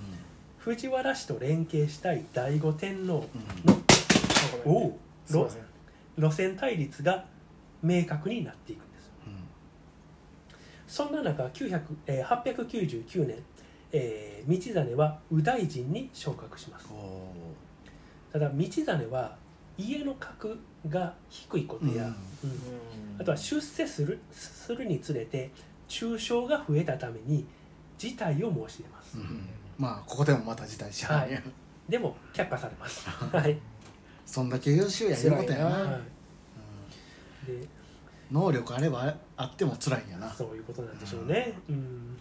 [SPEAKER 4] 藤原氏と連携したい醍醐
[SPEAKER 1] うん
[SPEAKER 4] 天皇の
[SPEAKER 3] お
[SPEAKER 4] おう
[SPEAKER 3] すいません
[SPEAKER 4] 路線対立が明確になっていくんです
[SPEAKER 1] うん
[SPEAKER 4] そんな中900、えー899年、えー道真は右大臣に昇格します
[SPEAKER 1] こ
[SPEAKER 4] ただ道真は家の格が低いことや、うんあとは出世するするにつれて中傷が増えたために辞退を申し出ます、
[SPEAKER 1] ううんまあここでもまた辞退しはんや
[SPEAKER 4] はでも却下されます はい、
[SPEAKER 1] そんだけ優秀やいうことや
[SPEAKER 3] 辛い
[SPEAKER 1] な
[SPEAKER 3] な
[SPEAKER 4] は
[SPEAKER 1] うん
[SPEAKER 4] い、で
[SPEAKER 1] 能力あればあっても辛いんやな
[SPEAKER 4] そういうことなんでしょうね、うん、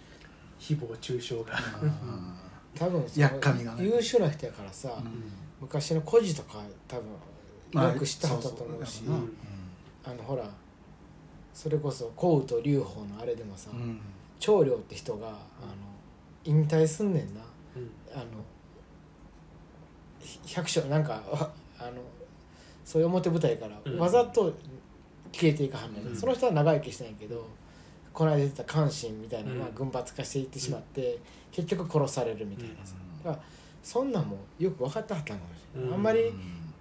[SPEAKER 4] 誹謗中傷が
[SPEAKER 1] うん
[SPEAKER 3] 多分その
[SPEAKER 1] やっかみがね
[SPEAKER 3] 優秀な人やからさ、昔の孤児とか多分よく知ってはったと思うし、
[SPEAKER 1] まあそう
[SPEAKER 3] あのほらそれこそ降雨と劉邦のあれでもさ、
[SPEAKER 1] そううんうん
[SPEAKER 3] 長領って人があの引退すんねんな
[SPEAKER 4] うん
[SPEAKER 3] あのひ百姓なんかわあのそういう表舞台から
[SPEAKER 4] うん
[SPEAKER 3] わざと消えていかはんねんな、
[SPEAKER 4] うん
[SPEAKER 3] その人は長生きしてないけどこの間出てた関心みたいなのが
[SPEAKER 4] うん
[SPEAKER 3] 群発化していってしまって、結局殺されるみたいなさ、だからそんなんもよく分かってはったのかもしれない、
[SPEAKER 4] うん
[SPEAKER 3] あんま
[SPEAKER 1] う
[SPEAKER 3] り
[SPEAKER 1] ん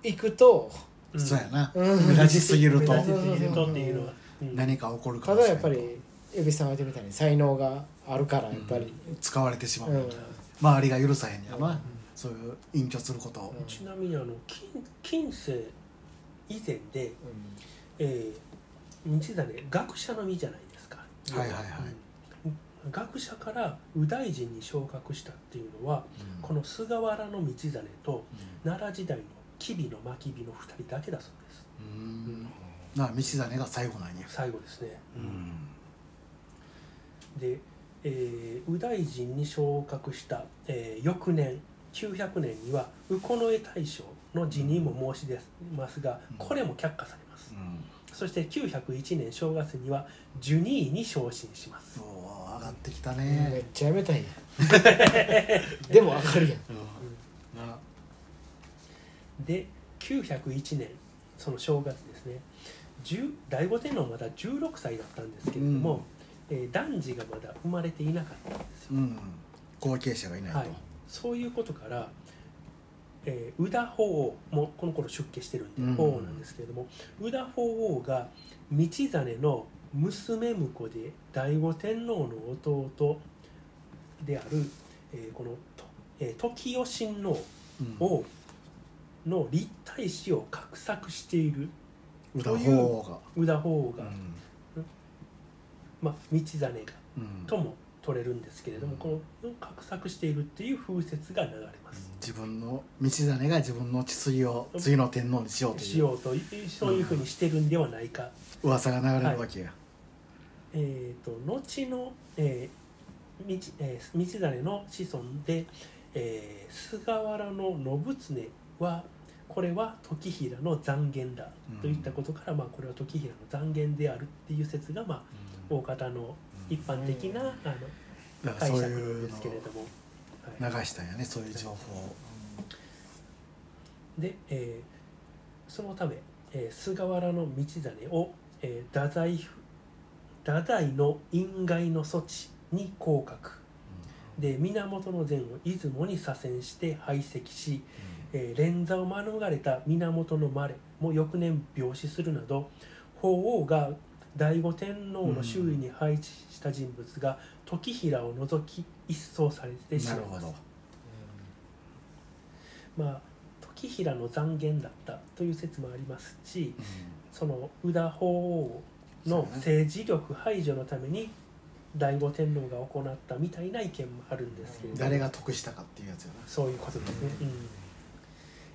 [SPEAKER 3] 行くと
[SPEAKER 4] うん
[SPEAKER 1] そうやな
[SPEAKER 3] うん
[SPEAKER 1] 目立ちすぎると
[SPEAKER 4] 目立ちすぎるとっていうのは、うん
[SPEAKER 1] 何か起こるか
[SPEAKER 3] た
[SPEAKER 1] も
[SPEAKER 3] だ
[SPEAKER 1] しれ
[SPEAKER 3] や
[SPEAKER 1] ん
[SPEAKER 3] っぱり蛭子さんが言ってみたいに才能があるからやっぱり、
[SPEAKER 1] 使われてしまう
[SPEAKER 3] うん
[SPEAKER 1] 周りが許さへんや
[SPEAKER 3] う
[SPEAKER 1] なんそういう隠居することを
[SPEAKER 3] うん
[SPEAKER 4] ちなみにあの近近世以前で、えー、道真学者の身じゃないですか
[SPEAKER 1] はいはいはい
[SPEAKER 4] うん学者から右大臣に昇格したっていうのは
[SPEAKER 1] うん
[SPEAKER 4] この菅原道真と
[SPEAKER 1] う
[SPEAKER 4] 奈良時代の吉備の真備の2人だけだそうです
[SPEAKER 1] んなあ道真が最後なんや
[SPEAKER 4] 最後ですね、
[SPEAKER 1] うん
[SPEAKER 4] で、えー、右大臣に昇格した、えー翌年900年には右近衛大将の辞任も申し出ますが
[SPEAKER 1] うん
[SPEAKER 4] これも却下されます、
[SPEAKER 1] うん
[SPEAKER 4] そして901年正月にはジュニーに昇進します
[SPEAKER 1] そう上がってきた
[SPEAKER 3] め
[SPEAKER 1] ね
[SPEAKER 3] っちゃやめた いんやでも分かるやん
[SPEAKER 1] うんな
[SPEAKER 4] で901年その正月ですね10醍醐天皇はまだ16歳だったんですけれども、えー男児がまだ生まれていなかったんですよ
[SPEAKER 1] うん後継者がいないと
[SPEAKER 4] はい、そういうことから、えー、宇田法皇もこの頃出家してるんで、
[SPEAKER 1] うん
[SPEAKER 4] 法皇なんですけれども宇田法皇が道真の娘婿で醍醐天皇の弟である、えーこのと、えー時代親王
[SPEAKER 1] うん
[SPEAKER 4] をの立太子を画策している
[SPEAKER 1] 宇田法皇
[SPEAKER 4] 宇田法皇
[SPEAKER 1] が
[SPEAKER 4] が、
[SPEAKER 1] うん
[SPEAKER 4] まあ、道真が
[SPEAKER 1] うん
[SPEAKER 4] とも取れるんですけれども、この画策しているっていう風説が流れます。
[SPEAKER 1] 自分の道真が自分の血筋を次の天皇にしようと
[SPEAKER 4] し
[SPEAKER 1] いう
[SPEAKER 4] ようというそういうふうにしてるんではないか、
[SPEAKER 1] 噂が流れるわけや、
[SPEAKER 4] えー、と後の、えー道えー道真の子孫で、えー菅原の信経はこれは時平の残源だ
[SPEAKER 1] うん
[SPEAKER 4] といったことから、まあ、これは時平の残源であるっていう説が、まあ、
[SPEAKER 1] うん
[SPEAKER 4] 大方の一般的な、
[SPEAKER 3] うん
[SPEAKER 4] あの
[SPEAKER 1] だから
[SPEAKER 4] 解
[SPEAKER 1] そう
[SPEAKER 4] 釈
[SPEAKER 1] いう
[SPEAKER 4] で
[SPEAKER 1] の
[SPEAKER 4] すけれど
[SPEAKER 1] を
[SPEAKER 4] も。はい
[SPEAKER 1] 流したんやねそういう情報を
[SPEAKER 4] で、えーそのため、えー菅原道真を、えー太宰府太宰の院外の措置に降格で源の前を出雲に左遷して排斥し、えー連座を免れた源のまれも翌年病死するなど法皇が醍醐天皇の周囲に配置した人物が時平を除き一掃されてし
[SPEAKER 1] な
[SPEAKER 4] ま
[SPEAKER 1] る
[SPEAKER 4] い
[SPEAKER 1] ほ
[SPEAKER 4] ます
[SPEAKER 1] ど。
[SPEAKER 4] まあ、時平の残源だったという説もありますしその宇田法皇の政治力排除のために醍醐天皇が行ったみたいな意見もあるんですけれども
[SPEAKER 1] 誰が得したかっていうやつや
[SPEAKER 4] そういうことですね、うん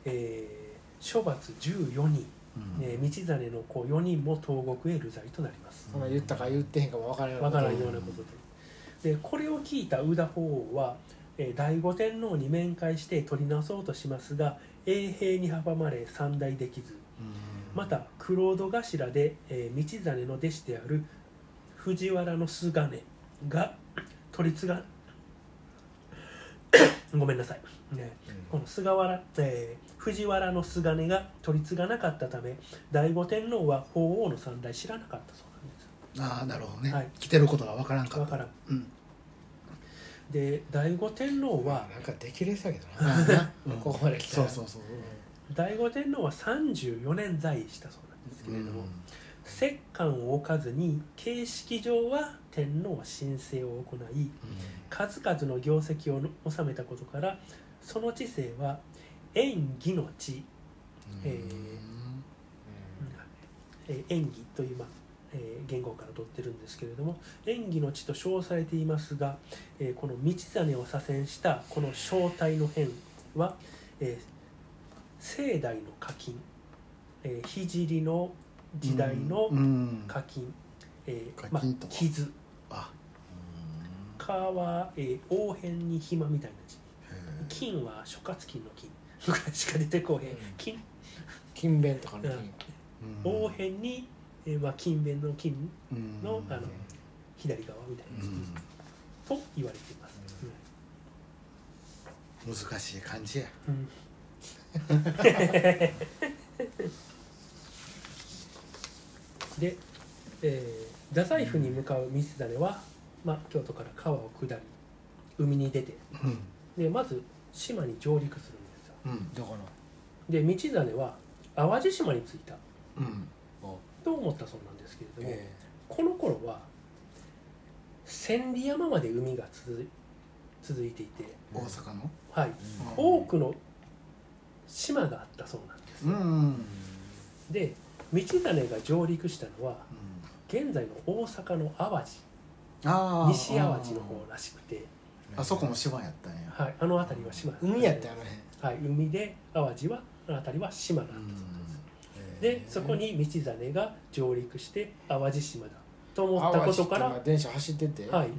[SPEAKER 4] えー処罰14人、
[SPEAKER 1] な、
[SPEAKER 4] えー道真の子4人も東国へ流罪となります
[SPEAKER 3] そんな言ったか言ってへんかも分からんよう
[SPEAKER 4] わ
[SPEAKER 3] な
[SPEAKER 4] か
[SPEAKER 3] こと
[SPEAKER 4] らんようなことででこれを聞いた宇田法皇は、えー醍醐天皇に面会して取り直そうとしますが永平に阻まれ三代できずまた九郎戸頭で、えー道真の弟子である藤原の菅根が取り継が ごめんなさい、ね、この菅原、えー藤原の菅根が取り継がなかったため醍醐天皇は法皇の三代知らなかったそうなんです
[SPEAKER 1] ああなるほどね、
[SPEAKER 4] はい
[SPEAKER 1] 来てることが分からんか
[SPEAKER 4] だ
[SPEAKER 1] っ
[SPEAKER 4] か
[SPEAKER 1] た
[SPEAKER 4] らん
[SPEAKER 1] うん
[SPEAKER 4] で醍醐天皇は
[SPEAKER 3] まあなんかできるやつだけどな
[SPEAKER 1] まあなうん
[SPEAKER 3] ここまで来た
[SPEAKER 1] そう
[SPEAKER 3] ら
[SPEAKER 1] そうそう、
[SPEAKER 4] 醍醐天皇は34年在位したそうなんですけ
[SPEAKER 1] う
[SPEAKER 4] れど
[SPEAKER 1] ん
[SPEAKER 4] も、摂関を置かずに形式上は天皇申請を行い数々の業績を収めたことからその治世は縁起の地、
[SPEAKER 1] うん
[SPEAKER 4] えー
[SPEAKER 1] うん
[SPEAKER 4] えー縁起という、まあえー言語から取ってるんですけれども縁起の地と称されていますが、えーこの道真を左遷したこの正体の変は、えー盛代の課金、えー聖の時代の
[SPEAKER 1] うん
[SPEAKER 4] 課金、えー
[SPEAKER 1] 課
[SPEAKER 4] まあ
[SPEAKER 1] 金と、は
[SPEAKER 4] 傷
[SPEAKER 1] あ
[SPEAKER 4] 川、えー、王変に暇みたいな字
[SPEAKER 1] うんへ
[SPEAKER 4] 金は諸葛金の金 とかしか出てこうへん、
[SPEAKER 3] うん
[SPEAKER 4] 金
[SPEAKER 3] 勤勉とかの金、
[SPEAKER 4] うん
[SPEAKER 1] うん
[SPEAKER 4] 王辺に、えーまあ、勤勉の金
[SPEAKER 1] うん
[SPEAKER 4] のあの左側みたいなやつ、
[SPEAKER 1] う
[SPEAKER 4] と言われています、
[SPEAKER 1] ん難しい感じや
[SPEAKER 4] うんうんで、えー、太宰府に向かう道真は、まあ、京都から川を下り海に出て
[SPEAKER 1] うん
[SPEAKER 4] でまず島に上陸するんですよ
[SPEAKER 1] うん
[SPEAKER 3] どこの
[SPEAKER 4] で道真は淡路島に着いた
[SPEAKER 1] うん
[SPEAKER 4] と思ったそうなんですけれども、
[SPEAKER 3] え
[SPEAKER 4] この頃は千里山まで海が続い続いていて、
[SPEAKER 1] 大阪の
[SPEAKER 4] はい、
[SPEAKER 3] え
[SPEAKER 4] 多くの島があったそうなんです
[SPEAKER 1] うんうん
[SPEAKER 4] で道真が上陸したのは現在の大阪の淡路
[SPEAKER 1] ああ
[SPEAKER 4] 西淡路の方らしくて、
[SPEAKER 1] あそこも島やったんや
[SPEAKER 4] はい、あの辺りは島
[SPEAKER 3] 海やったよね、
[SPEAKER 4] はい、海で淡路はあの辺りは島なんだ
[SPEAKER 1] う
[SPEAKER 4] そうんです
[SPEAKER 3] え
[SPEAKER 4] でそこに道真が上陸して淡路島だと思ったことか
[SPEAKER 3] 淡路っていうのは電
[SPEAKER 4] ら、
[SPEAKER 3] 車走ってて、
[SPEAKER 4] は
[SPEAKER 1] う
[SPEAKER 4] い
[SPEAKER 1] ん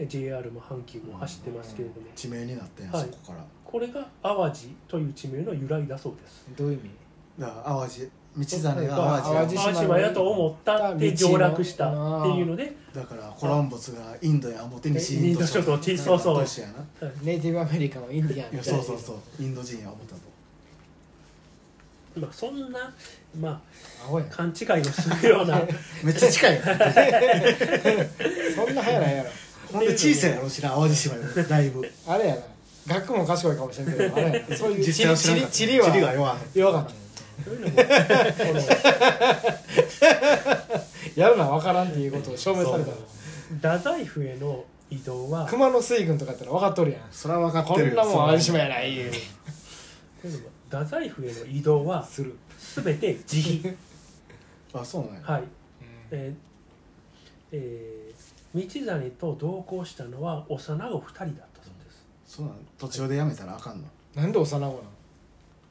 [SPEAKER 4] ね、JR も阪急も走ってますけれども、
[SPEAKER 1] 地名になったんや
[SPEAKER 4] は
[SPEAKER 1] そ
[SPEAKER 4] い
[SPEAKER 1] こから
[SPEAKER 4] これが淡路という地名の由来だそうです
[SPEAKER 3] どういう意味
[SPEAKER 1] だから淡路道真が
[SPEAKER 4] 淡
[SPEAKER 1] 淡
[SPEAKER 4] 路
[SPEAKER 1] 路
[SPEAKER 4] 島
[SPEAKER 1] や
[SPEAKER 3] 淡路
[SPEAKER 4] やと思ったって上落したっていうので
[SPEAKER 1] だからコロンブスがインドや思って西
[SPEAKER 4] インド諸島
[SPEAKER 1] 小
[SPEAKER 4] そうそう
[SPEAKER 1] 島やな
[SPEAKER 3] ネイティブアメリカンはインディアン
[SPEAKER 1] いや
[SPEAKER 3] みたいな
[SPEAKER 1] そうそうそうインド人や思ったと
[SPEAKER 4] まあ、そんな、ま
[SPEAKER 3] アホや
[SPEAKER 4] あ、勘違いをするよ うな
[SPEAKER 1] めっちゃ近いよ
[SPEAKER 3] そんな早ないやろ
[SPEAKER 1] ほんで小さいやろ知らん淡路島よりだいぶ
[SPEAKER 3] あれやな学も賢いかもしれんけどあれやなそういう
[SPEAKER 1] 実際は知
[SPEAKER 3] 地
[SPEAKER 1] らん
[SPEAKER 3] 理
[SPEAKER 1] かった
[SPEAKER 3] 地理は
[SPEAKER 1] 地理が弱い
[SPEAKER 3] 弱かったね
[SPEAKER 4] そういうのも
[SPEAKER 3] やるのは分からんっていうことを証明されたの
[SPEAKER 4] 太宰府への移動は
[SPEAKER 3] 熊野水軍とかやったら分かっとるやん
[SPEAKER 1] それは分かっ
[SPEAKER 3] こ
[SPEAKER 1] てる
[SPEAKER 3] ん
[SPEAKER 1] よ
[SPEAKER 3] なもん淡路
[SPEAKER 1] そ
[SPEAKER 3] 島
[SPEAKER 1] れは
[SPEAKER 3] やないいう
[SPEAKER 4] というのも太宰府への移動は
[SPEAKER 3] する
[SPEAKER 4] 全て 自費
[SPEAKER 1] あそうなんや
[SPEAKER 4] はい
[SPEAKER 3] うん
[SPEAKER 4] えーえー道真と同行したのは幼子2人だったそうです
[SPEAKER 1] そうなん途中でやめたらあかんの
[SPEAKER 3] なんで幼子なの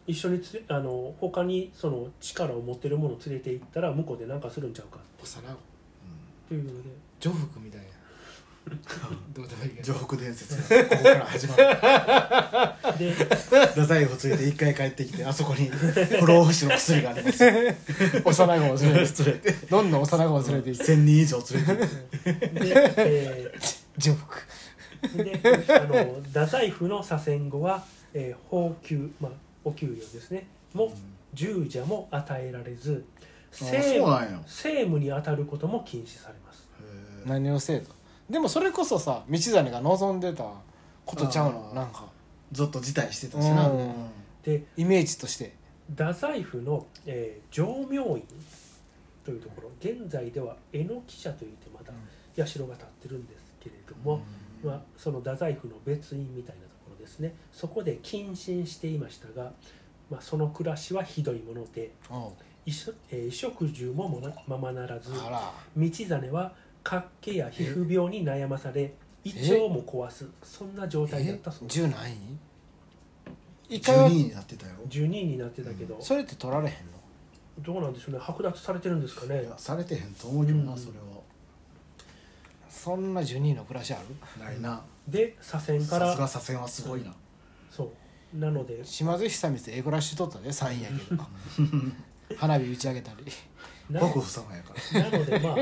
[SPEAKER 4] 一緒につれあの他にその力を持ってるものを連れて行ったら向こうで何かするんちゃうか
[SPEAKER 3] 幼子
[SPEAKER 4] っていうので
[SPEAKER 3] 女服みたいな どうでもいいけ
[SPEAKER 1] 上
[SPEAKER 3] ど
[SPEAKER 1] 北伝説がここから始まる
[SPEAKER 4] で
[SPEAKER 1] 太宰府ついて一回帰ってきてあそこに不老不死の薬があり ます
[SPEAKER 3] 幼子を連 れて
[SPEAKER 1] 連れて
[SPEAKER 3] どんどん幼子を連れていく
[SPEAKER 1] 1000人以上連れて行って
[SPEAKER 4] で、え
[SPEAKER 3] 女服
[SPEAKER 4] ーであの太宰府の左遷後は、えー、宝給、まあ、お給料ですねも従者も与えられず政
[SPEAKER 1] あそうなんやへ
[SPEAKER 4] 政務に当たることも禁止されます
[SPEAKER 1] え
[SPEAKER 3] 何をせえとでもそれこそさ道真が望んでたことちゃうの
[SPEAKER 1] あー
[SPEAKER 3] なんか
[SPEAKER 1] ずっと辞退してたしな
[SPEAKER 3] うん
[SPEAKER 1] うん
[SPEAKER 4] で
[SPEAKER 3] イメージとして
[SPEAKER 4] 太宰府の、えー、浄妙院というところ現在では榎木社といってまた社が建ってるんですけれども、まあ、その太宰府の別院みたいなところですねそこで謹慎していましたが、まあ、その暮らしはひどいもので
[SPEAKER 3] おう
[SPEAKER 4] 衣食えー衣食住ももなままならず
[SPEAKER 3] あら
[SPEAKER 4] 道真は脚気や皮膚病に悩まされ胃腸も壊すそんな状態だったそうです
[SPEAKER 3] 十何位一回
[SPEAKER 1] 12
[SPEAKER 3] は
[SPEAKER 1] になってたよ
[SPEAKER 4] 12になってたけど、
[SPEAKER 3] それって取られへんの
[SPEAKER 4] どうなんでしょうね剥奪されてるんですかね
[SPEAKER 1] いやされてへんと思うけど
[SPEAKER 4] う
[SPEAKER 1] なんそれは
[SPEAKER 3] そんな十二位の暮らしある
[SPEAKER 1] ないな
[SPEAKER 4] で左遷か
[SPEAKER 1] さすが左
[SPEAKER 4] ら
[SPEAKER 1] 遷はすごいな
[SPEAKER 4] そうなので
[SPEAKER 3] 島津久光ええ暮らしとったで3位や けど花火打ち上げたり
[SPEAKER 4] な
[SPEAKER 1] 僕夫様やから
[SPEAKER 4] なのでまあ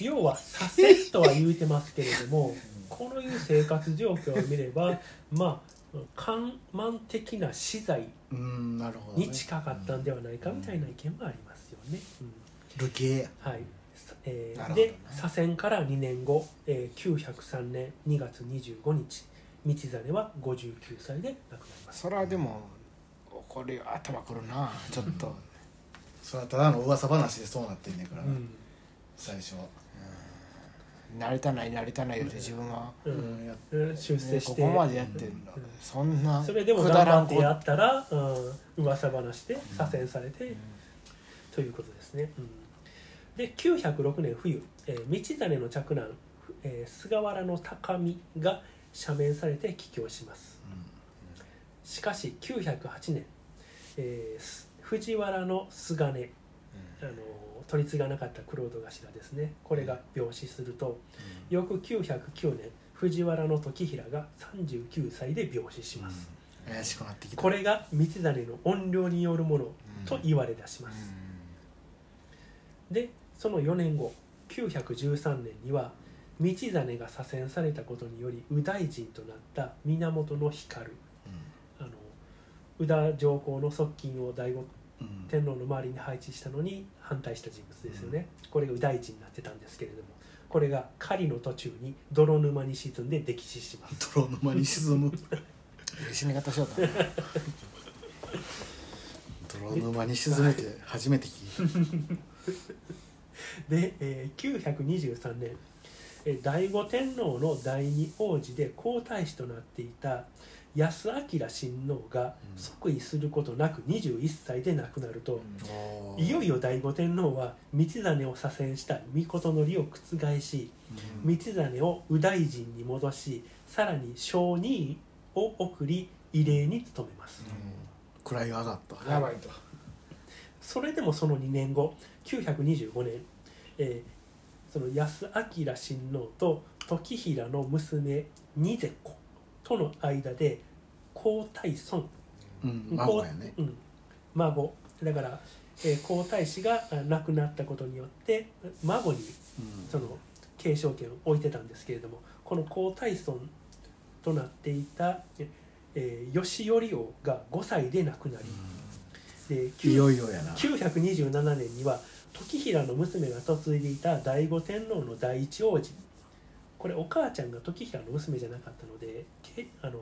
[SPEAKER 4] 要は左遷とは言うてますけれどもこのいう生活状況を見ればまあ緩慢的な資材
[SPEAKER 1] うんなるほどね
[SPEAKER 4] に近かったんではないかみたいな意見もありますよね。うん
[SPEAKER 1] 流刑や
[SPEAKER 4] はいさえー
[SPEAKER 3] なるほど
[SPEAKER 4] で
[SPEAKER 3] ね
[SPEAKER 4] 左遷から2年後、えー、903年2月25日道真は59歳で亡くなります。
[SPEAKER 3] それはでも怒るよ頭くるなちょっと
[SPEAKER 1] それはただの噂話でそうなってんねんから
[SPEAKER 4] う
[SPEAKER 1] なん最初は
[SPEAKER 3] なりたないなりたない言うて自分は、
[SPEAKER 4] う
[SPEAKER 1] うんんやっ
[SPEAKER 4] うん出世
[SPEAKER 3] ね
[SPEAKER 4] し
[SPEAKER 3] こ
[SPEAKER 4] て、
[SPEAKER 3] こまでやってんだ、
[SPEAKER 4] うん
[SPEAKER 3] そんな
[SPEAKER 4] それでも
[SPEAKER 3] くだ
[SPEAKER 4] 頑
[SPEAKER 3] ら
[SPEAKER 4] 張
[SPEAKER 3] ん
[SPEAKER 4] って
[SPEAKER 3] こ
[SPEAKER 4] や
[SPEAKER 3] と
[SPEAKER 4] ったら、うん、噂話で左遷されて、ということですね、うん、で906年冬、えー道真の嫡男、えー菅原の高見が赦免されて帰郷しますしかし908年、えーす藤原の菅根、あのー取り継がなかった黒人頭ですねこれが病死すると、翌909年藤原時衡が39歳で病死します、
[SPEAKER 3] 怪しくなってきた
[SPEAKER 4] これが道真の怨霊によるものと言われ出し
[SPEAKER 3] う
[SPEAKER 4] ます、
[SPEAKER 3] ん
[SPEAKER 4] でその4年後913年には道真が左遷されたことにより右大臣となった源光あの宇田上皇の側近を醍醐
[SPEAKER 1] うん
[SPEAKER 4] 天皇の周りに配置したのに反対した人物ですよね、これが右大臣になってたんですけれどもこれが狩りの途中に泥沼に沈んで溺死します
[SPEAKER 1] 泥沼に沈む
[SPEAKER 3] 死に方しようかな
[SPEAKER 1] 泥沼に沈めて初めて聞いた
[SPEAKER 4] で、えー923年えー醍醐天皇の第二皇子で皇太子となっていた安明親王が
[SPEAKER 1] うん
[SPEAKER 4] 即位することなく21歳で亡くなると、
[SPEAKER 1] おー
[SPEAKER 4] いよいよ醍醐天皇は道真を左遷した詔を覆し
[SPEAKER 1] うん
[SPEAKER 4] 道真を右大臣に戻しさらに小任位を送り異例に務めます、
[SPEAKER 1] 位が上がった
[SPEAKER 2] やばいと
[SPEAKER 4] それでもその2年後925年、えーその安明親王と時平の娘ニゼ子との間で皇太孫
[SPEAKER 1] うん孫やね
[SPEAKER 4] 皇うん、孫だから、えー皇太子があ亡くなったことによって孫に
[SPEAKER 1] うん
[SPEAKER 4] その継承権を置いてたんですけれどもこの皇太孫となっていた、えー、義頼王が5歳で亡くなり、で
[SPEAKER 1] いよいよやな
[SPEAKER 4] 927年には時平の娘が嫁いでいた醍醐天皇の第一王子これお母ちゃんが時平の娘じゃなかったのでけあの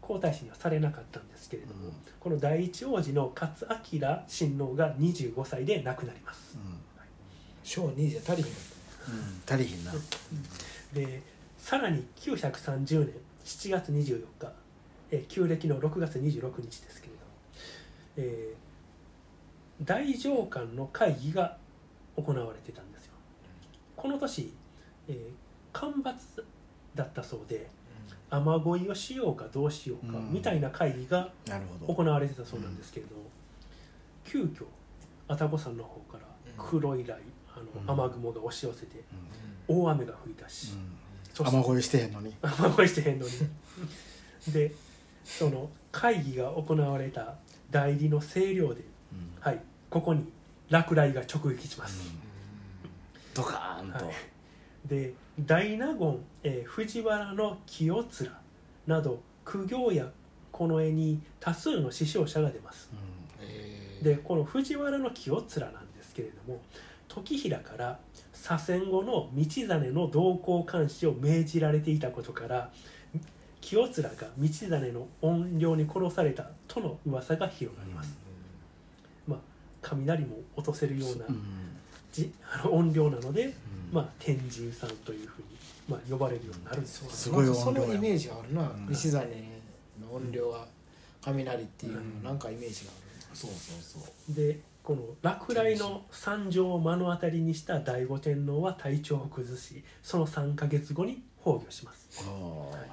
[SPEAKER 4] 皇太子にはされなかったんですけれども、
[SPEAKER 1] うん
[SPEAKER 4] この第一王子の勝明親王が25歳で亡くなります
[SPEAKER 1] うん
[SPEAKER 3] 小2じゃ足りへんか
[SPEAKER 1] うん
[SPEAKER 3] っ
[SPEAKER 1] 足りひんな
[SPEAKER 4] でさらに930年7月24日、えー旧暦の6月26日ですけれど、えー大上官の会議が行われてたんですよこの年、えー干ばつだったそうで雨乞いをしようかどうしようか
[SPEAKER 1] うん
[SPEAKER 4] みたいな会議が
[SPEAKER 1] なるほど
[SPEAKER 4] 行われてたそうなんですけれど、急遽愛宕山の方から黒い雷あの雨雲が押し寄せて
[SPEAKER 1] うん
[SPEAKER 4] 大雨が降り出し、
[SPEAKER 1] うん雨乞いしてへんのに
[SPEAKER 4] あんま声してへんのに でその会議が行われた代理の清涼で
[SPEAKER 1] うん
[SPEAKER 4] はいここに落雷が直撃します、
[SPEAKER 1] ドカーンと
[SPEAKER 4] はいで大納言、えー藤原の清面など苦行やこの絵に多数の死傷者が出ます
[SPEAKER 3] え
[SPEAKER 4] でこの藤原の清面なんですけれども時平から左遷後の道真の同行監視を命じられていたことから清面が道真の怨霊に殺されたとの噂が広がります、雷も落とせるような
[SPEAKER 1] うんうん
[SPEAKER 4] じ、 あの怨霊なので、
[SPEAKER 1] うん
[SPEAKER 4] まあ、天神さんというふうに、まあ、呼ばれるようになるんですよ
[SPEAKER 1] すごい
[SPEAKER 3] なんかそ
[SPEAKER 1] 音量や
[SPEAKER 3] のイメージがあるな
[SPEAKER 1] うん
[SPEAKER 3] 西谷の音量は雷っていうの
[SPEAKER 1] うん
[SPEAKER 3] なんかイメージが
[SPEAKER 1] そうそうそう
[SPEAKER 4] でこの落雷の惨状を目の当たりにした醍醐天皇は体調を崩しその3ヶ月後に崩御します
[SPEAKER 1] あ
[SPEAKER 3] ある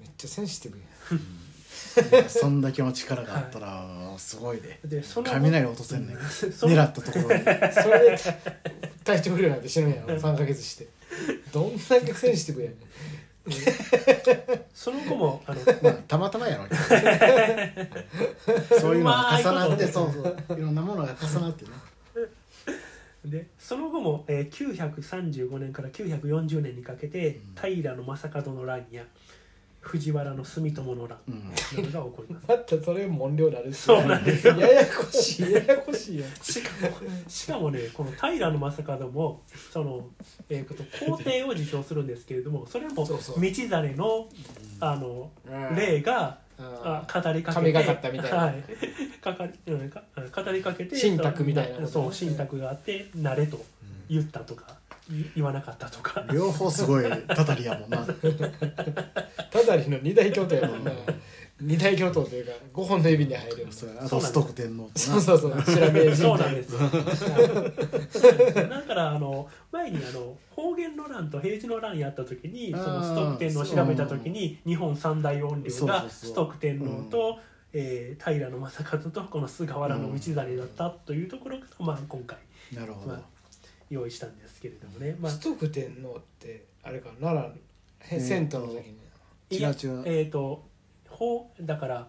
[SPEAKER 3] めっちゃセンシティブや
[SPEAKER 1] ーいやそんだけの力があったらすごいで
[SPEAKER 4] でその後
[SPEAKER 1] 雷落とせんねん
[SPEAKER 4] そ
[SPEAKER 1] 狙
[SPEAKER 4] の
[SPEAKER 1] ったところに
[SPEAKER 3] それで体調不良になって死ぬんやろ3ヶ月してどんだけセンシティブやねん
[SPEAKER 4] その子もあの
[SPEAKER 1] まあたまたまやろうけどそういうのが重なってそうそういろんなものが重なってね
[SPEAKER 4] でその後も、えー935年から940年にかけて、平将門の乱や藤原の住友の乱
[SPEAKER 1] うん
[SPEAKER 4] などが起こりま
[SPEAKER 3] またそれも音量になるし
[SPEAKER 4] そうなんですよ
[SPEAKER 3] ややこしいややこしいやん
[SPEAKER 4] すしかもしかもねこの平将門もその、えー、と皇帝を受賞するんですけれどもそれも
[SPEAKER 3] そ
[SPEAKER 4] 道
[SPEAKER 3] うそう
[SPEAKER 4] 真のあの霊があ
[SPEAKER 3] あ
[SPEAKER 4] 語りかけて
[SPEAKER 3] 神がかったみたいな
[SPEAKER 4] はい、かかりうんか語りかけて
[SPEAKER 3] 神託みたいなことね
[SPEAKER 4] そう神託があってなれと言ったとか、い言わなかったとか
[SPEAKER 1] 両方すごいたたりやもんな
[SPEAKER 3] ただりの二大教頭やもんな二大教頭というか五本の指に入るよ
[SPEAKER 1] そうやあとストック天皇と
[SPEAKER 3] そう
[SPEAKER 1] な
[SPEAKER 3] そうそう調べる
[SPEAKER 4] そうなんですよだからあの前にあの方言の乱と平治の乱やった時にそのストック天皇を調べた時に日本三大怨霊
[SPEAKER 1] そうそうそう
[SPEAKER 4] がストック天皇と、えー平将門とこの菅原道真だったというところから、まあ、今回
[SPEAKER 1] なるほど
[SPEAKER 4] まあ用意したんですけれどもね、まあ
[SPEAKER 3] ス、トック天皇ってあれか奈良へ銭湯の時に
[SPEAKER 4] いや
[SPEAKER 3] 違う違う
[SPEAKER 4] えっ、とほうだから、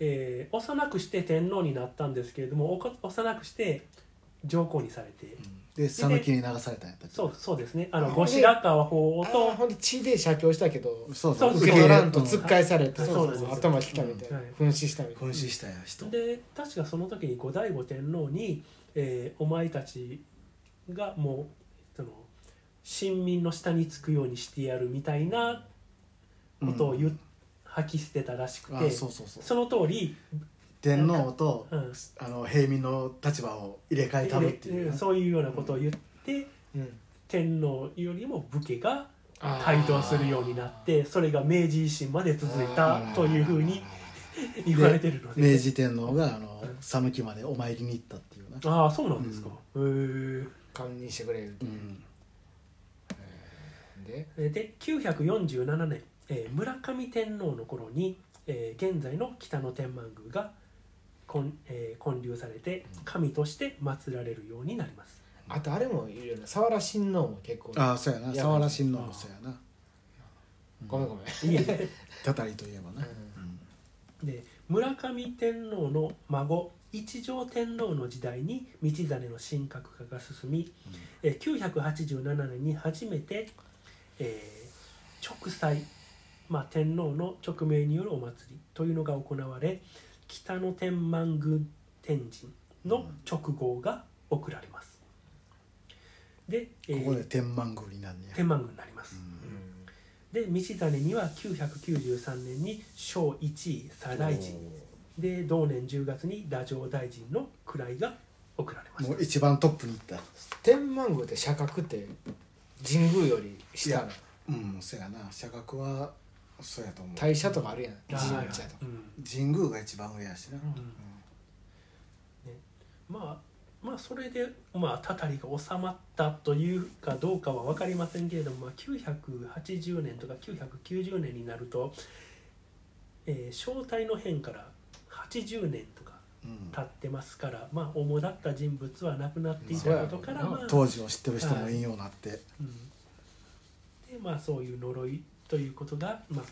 [SPEAKER 4] えー幼くして天皇になったんですけれどもおか幼くして上皇にされて、
[SPEAKER 1] で讃岐に流されたんやったっけ
[SPEAKER 4] そうそうですねあの
[SPEAKER 3] あ
[SPEAKER 4] 後白河法皇
[SPEAKER 3] あ
[SPEAKER 4] と
[SPEAKER 3] ーほんで血で写経したけど
[SPEAKER 1] そう
[SPEAKER 4] そうそう
[SPEAKER 3] 受け取らんと
[SPEAKER 1] うん
[SPEAKER 3] 突っ返されて、
[SPEAKER 4] はい
[SPEAKER 3] そうそう
[SPEAKER 4] そうそうそう
[SPEAKER 3] 頭きたみたいな、
[SPEAKER 4] うん
[SPEAKER 3] 噴死したみたい
[SPEAKER 1] 噴死したや人
[SPEAKER 4] で確かその時に後醍醐天皇に、えーお前たちがもうその臣民の下につくようにしてやるみたいなことを言っ、吐き捨てたらしく
[SPEAKER 1] あ
[SPEAKER 4] て
[SPEAKER 1] そうそうそう
[SPEAKER 4] その通り、
[SPEAKER 1] 天皇と
[SPEAKER 4] うん
[SPEAKER 1] あの平民の立場を入れ替えたるっていうね
[SPEAKER 4] そういうようなことを言って、
[SPEAKER 3] な、うん、
[SPEAKER 4] 天皇よりも武家が
[SPEAKER 3] あー
[SPEAKER 4] 台頭するようになってそれが明治維新まで続いたというふうに言われてるので
[SPEAKER 1] 明治天皇があの讃岐までお参りに行ったっていうな
[SPEAKER 4] ああそうなんですか、へえ
[SPEAKER 3] 堪忍してくれる
[SPEAKER 1] うん
[SPEAKER 3] で
[SPEAKER 4] で947年、えー村上天皇の頃に、えー現在の北野天満宮が建,、えー建立されて神として祀られるようになり ます
[SPEAKER 3] あとあれもいるよね沢良親王も結構
[SPEAKER 1] ああそうや
[SPEAKER 3] い
[SPEAKER 1] な
[SPEAKER 3] や
[SPEAKER 1] 沢良親王もそうやな
[SPEAKER 3] ごめんごめん、
[SPEAKER 4] いえいえ
[SPEAKER 1] たたりといえばな
[SPEAKER 4] で村上天皇の孫一条天皇の時代に道真の神格化が進み、えー987年に初めて、えー直祭、まあ、天皇の勅命によるお祭りというのが行われ北の天満宮天神の直号が贈られます。で,、えー
[SPEAKER 1] ここで天満宮になんねや
[SPEAKER 4] 天満宮になります。で道真には993年に小一位左大臣で同年10月に太政大臣の位が贈られまし
[SPEAKER 1] も
[SPEAKER 4] た
[SPEAKER 1] う一番トップに行った
[SPEAKER 3] 天満宮って社格って神宮より下
[SPEAKER 1] い
[SPEAKER 3] の
[SPEAKER 1] やうんそうやな社学はそうやと思う
[SPEAKER 3] 大社とかあるやん
[SPEAKER 4] あー
[SPEAKER 3] 神社とか
[SPEAKER 4] うん
[SPEAKER 1] 神宮が一番上やしな
[SPEAKER 4] うんまあまあそれでまあたたりが収まったというかどうかは分かりませんけれども、まあ、980年とか990年になると、えー正体の変から80年とか
[SPEAKER 1] うん
[SPEAKER 4] 経ってますから、まあ、主だった人物は亡くなってい
[SPEAKER 3] そう
[SPEAKER 4] た
[SPEAKER 3] や
[SPEAKER 4] ことから、
[SPEAKER 3] ろうな
[SPEAKER 4] まあ、
[SPEAKER 1] 当時を知ってる人もいいようになって
[SPEAKER 4] うんでまあそういう呪いということが、まあ、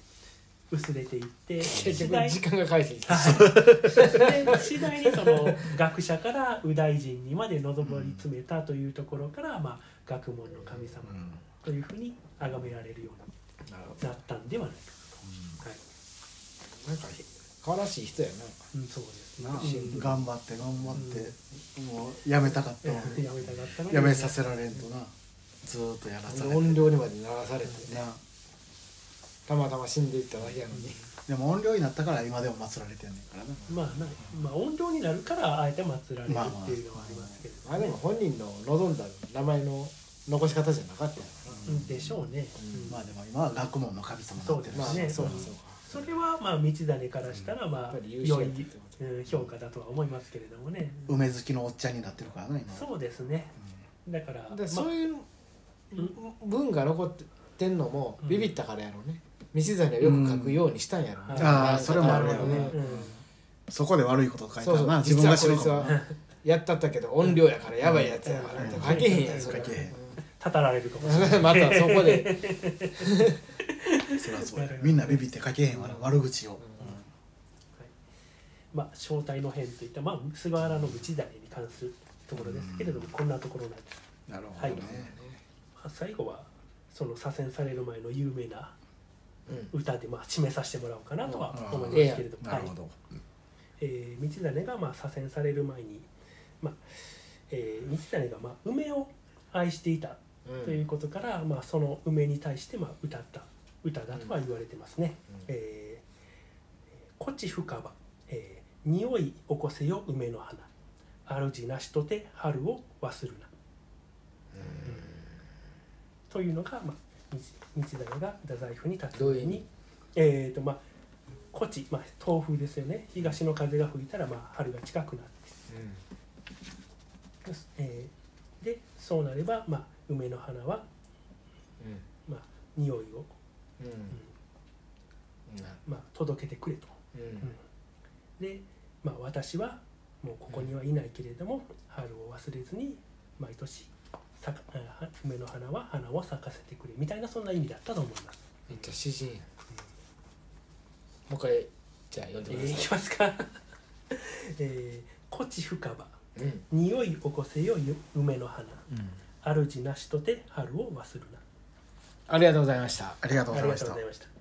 [SPEAKER 4] 薄れていって
[SPEAKER 3] 結
[SPEAKER 4] 次
[SPEAKER 3] 局
[SPEAKER 4] 第
[SPEAKER 3] 時間が返 ってきた
[SPEAKER 4] はいで次第にその学者から右大臣にまで上り詰めたというところから、まあ、学問の神様
[SPEAKER 1] うん
[SPEAKER 4] というふうに崇められるよう
[SPEAKER 3] なるほど
[SPEAKER 4] になったんではないかと、はい
[SPEAKER 3] なんか可らしい人やな
[SPEAKER 4] うん、そうですね
[SPEAKER 1] なあ頑張って頑張ってもうやめたか ったのに
[SPEAKER 4] やめたかったのに
[SPEAKER 1] やめさせられんとなずーっとやらされて
[SPEAKER 3] 音量にまで流されて
[SPEAKER 1] な
[SPEAKER 3] たまたま死んでいっただけやのに
[SPEAKER 1] でも音量になったから今でも祀られてんねんからな
[SPEAKER 4] まあなまあ音量になるからあえて祀られる
[SPEAKER 1] まあまあ
[SPEAKER 4] っていうのはありますけれど
[SPEAKER 3] あでも本人の望んだ名前の残し方じゃなかったや
[SPEAKER 4] うんでしょうね、うん
[SPEAKER 1] まあでも今は学問の神様になってるし
[SPEAKER 3] ろな
[SPEAKER 4] そうですね
[SPEAKER 3] そうかそうか
[SPEAKER 4] それはまあ道真からしたらま
[SPEAKER 3] やっ
[SPEAKER 4] あ
[SPEAKER 3] ぱり優秀
[SPEAKER 4] 良
[SPEAKER 3] や
[SPEAKER 4] い
[SPEAKER 3] ったってこと
[SPEAKER 4] うん評価だとは思いますけれどもね、
[SPEAKER 1] 梅好きのおっちゃんになってるからな今は
[SPEAKER 4] そうですねだから
[SPEAKER 3] だからそういう
[SPEAKER 4] うん
[SPEAKER 3] 文が残ってんのも
[SPEAKER 4] うん
[SPEAKER 3] ビビったからやろうね道真はよく書くようにしたんやろ
[SPEAKER 4] うん
[SPEAKER 1] あーそれもある
[SPEAKER 4] ま
[SPEAKER 1] や
[SPEAKER 4] あ
[SPEAKER 1] ろ
[SPEAKER 4] ね
[SPEAKER 1] ね
[SPEAKER 4] うん
[SPEAKER 1] そこで悪いことを書いた
[SPEAKER 3] そう
[SPEAKER 1] ら
[SPEAKER 3] そう
[SPEAKER 1] な
[SPEAKER 3] 自
[SPEAKER 1] 自分が
[SPEAKER 3] 分がこ
[SPEAKER 1] 死
[SPEAKER 3] い
[SPEAKER 1] ぬ
[SPEAKER 3] つ
[SPEAKER 1] かも
[SPEAKER 3] はやったったけど音量やからやばいやつやからって書けへんやんそれ
[SPEAKER 1] 書けへん
[SPEAKER 4] たたられるかもしれない
[SPEAKER 3] またそこで
[SPEAKER 1] そりゃそうやみんなビビって書けへんわな悪口を
[SPEAKER 4] まあ正体の変といったまあ菅原の道真に関するところですけれどもこんなところなんです、
[SPEAKER 1] なるほ
[SPEAKER 4] は
[SPEAKER 1] ど
[SPEAKER 4] い
[SPEAKER 1] ね
[SPEAKER 4] まあ、最後はその左遷される前の有名な
[SPEAKER 3] うん
[SPEAKER 4] 歌でまあ締めさせてもらおうかなとは
[SPEAKER 1] あ
[SPEAKER 4] 思います
[SPEAKER 1] ー
[SPEAKER 4] けれども、
[SPEAKER 1] な
[SPEAKER 4] は
[SPEAKER 1] る
[SPEAKER 4] い
[SPEAKER 1] ほど
[SPEAKER 4] えー道真がまあ左遷される前に、まあえー道真がまあ梅を愛していた
[SPEAKER 3] うん
[SPEAKER 4] ということから、まあ、その梅に対してまあ歌った歌だとは言われてますね。
[SPEAKER 3] うん
[SPEAKER 4] えーこち深は、えー匂い起こせよ梅の花主なしとて春を忘るな」というのが、まあ、道道真が太宰府に立つ
[SPEAKER 3] どういう意
[SPEAKER 4] に
[SPEAKER 3] 味
[SPEAKER 4] えーとまあこち、まあ、東風ですよね東の風が吹いたら、まあ、春が近くなってですえーでそうなれば、まあ、梅の花は、
[SPEAKER 3] う
[SPEAKER 4] まあ、匂いを、
[SPEAKER 3] んうん
[SPEAKER 4] うんまあ、届けてくれと、
[SPEAKER 3] うん
[SPEAKER 4] で、まあ、私はもうここにはいないけれども、春を忘れずに毎年咲かあ梅の花は花を咲かせてくれみたいなそんな意味だったと思います。
[SPEAKER 3] めっちゃ詩人やんもう一回じゃあ読ん
[SPEAKER 4] え
[SPEAKER 3] でくだ
[SPEAKER 4] ー、い
[SPEAKER 3] さ
[SPEAKER 4] きますか えー「こち深場
[SPEAKER 3] い、うん
[SPEAKER 4] 匂い起こせよ梅の花
[SPEAKER 3] うん、
[SPEAKER 4] 主なしとて春を忘るな
[SPEAKER 3] ありがとうございました
[SPEAKER 1] ありが」とう
[SPEAKER 4] あ
[SPEAKER 1] ござい
[SPEAKER 4] りが
[SPEAKER 1] まし
[SPEAKER 4] とうご
[SPEAKER 1] た
[SPEAKER 4] ざいました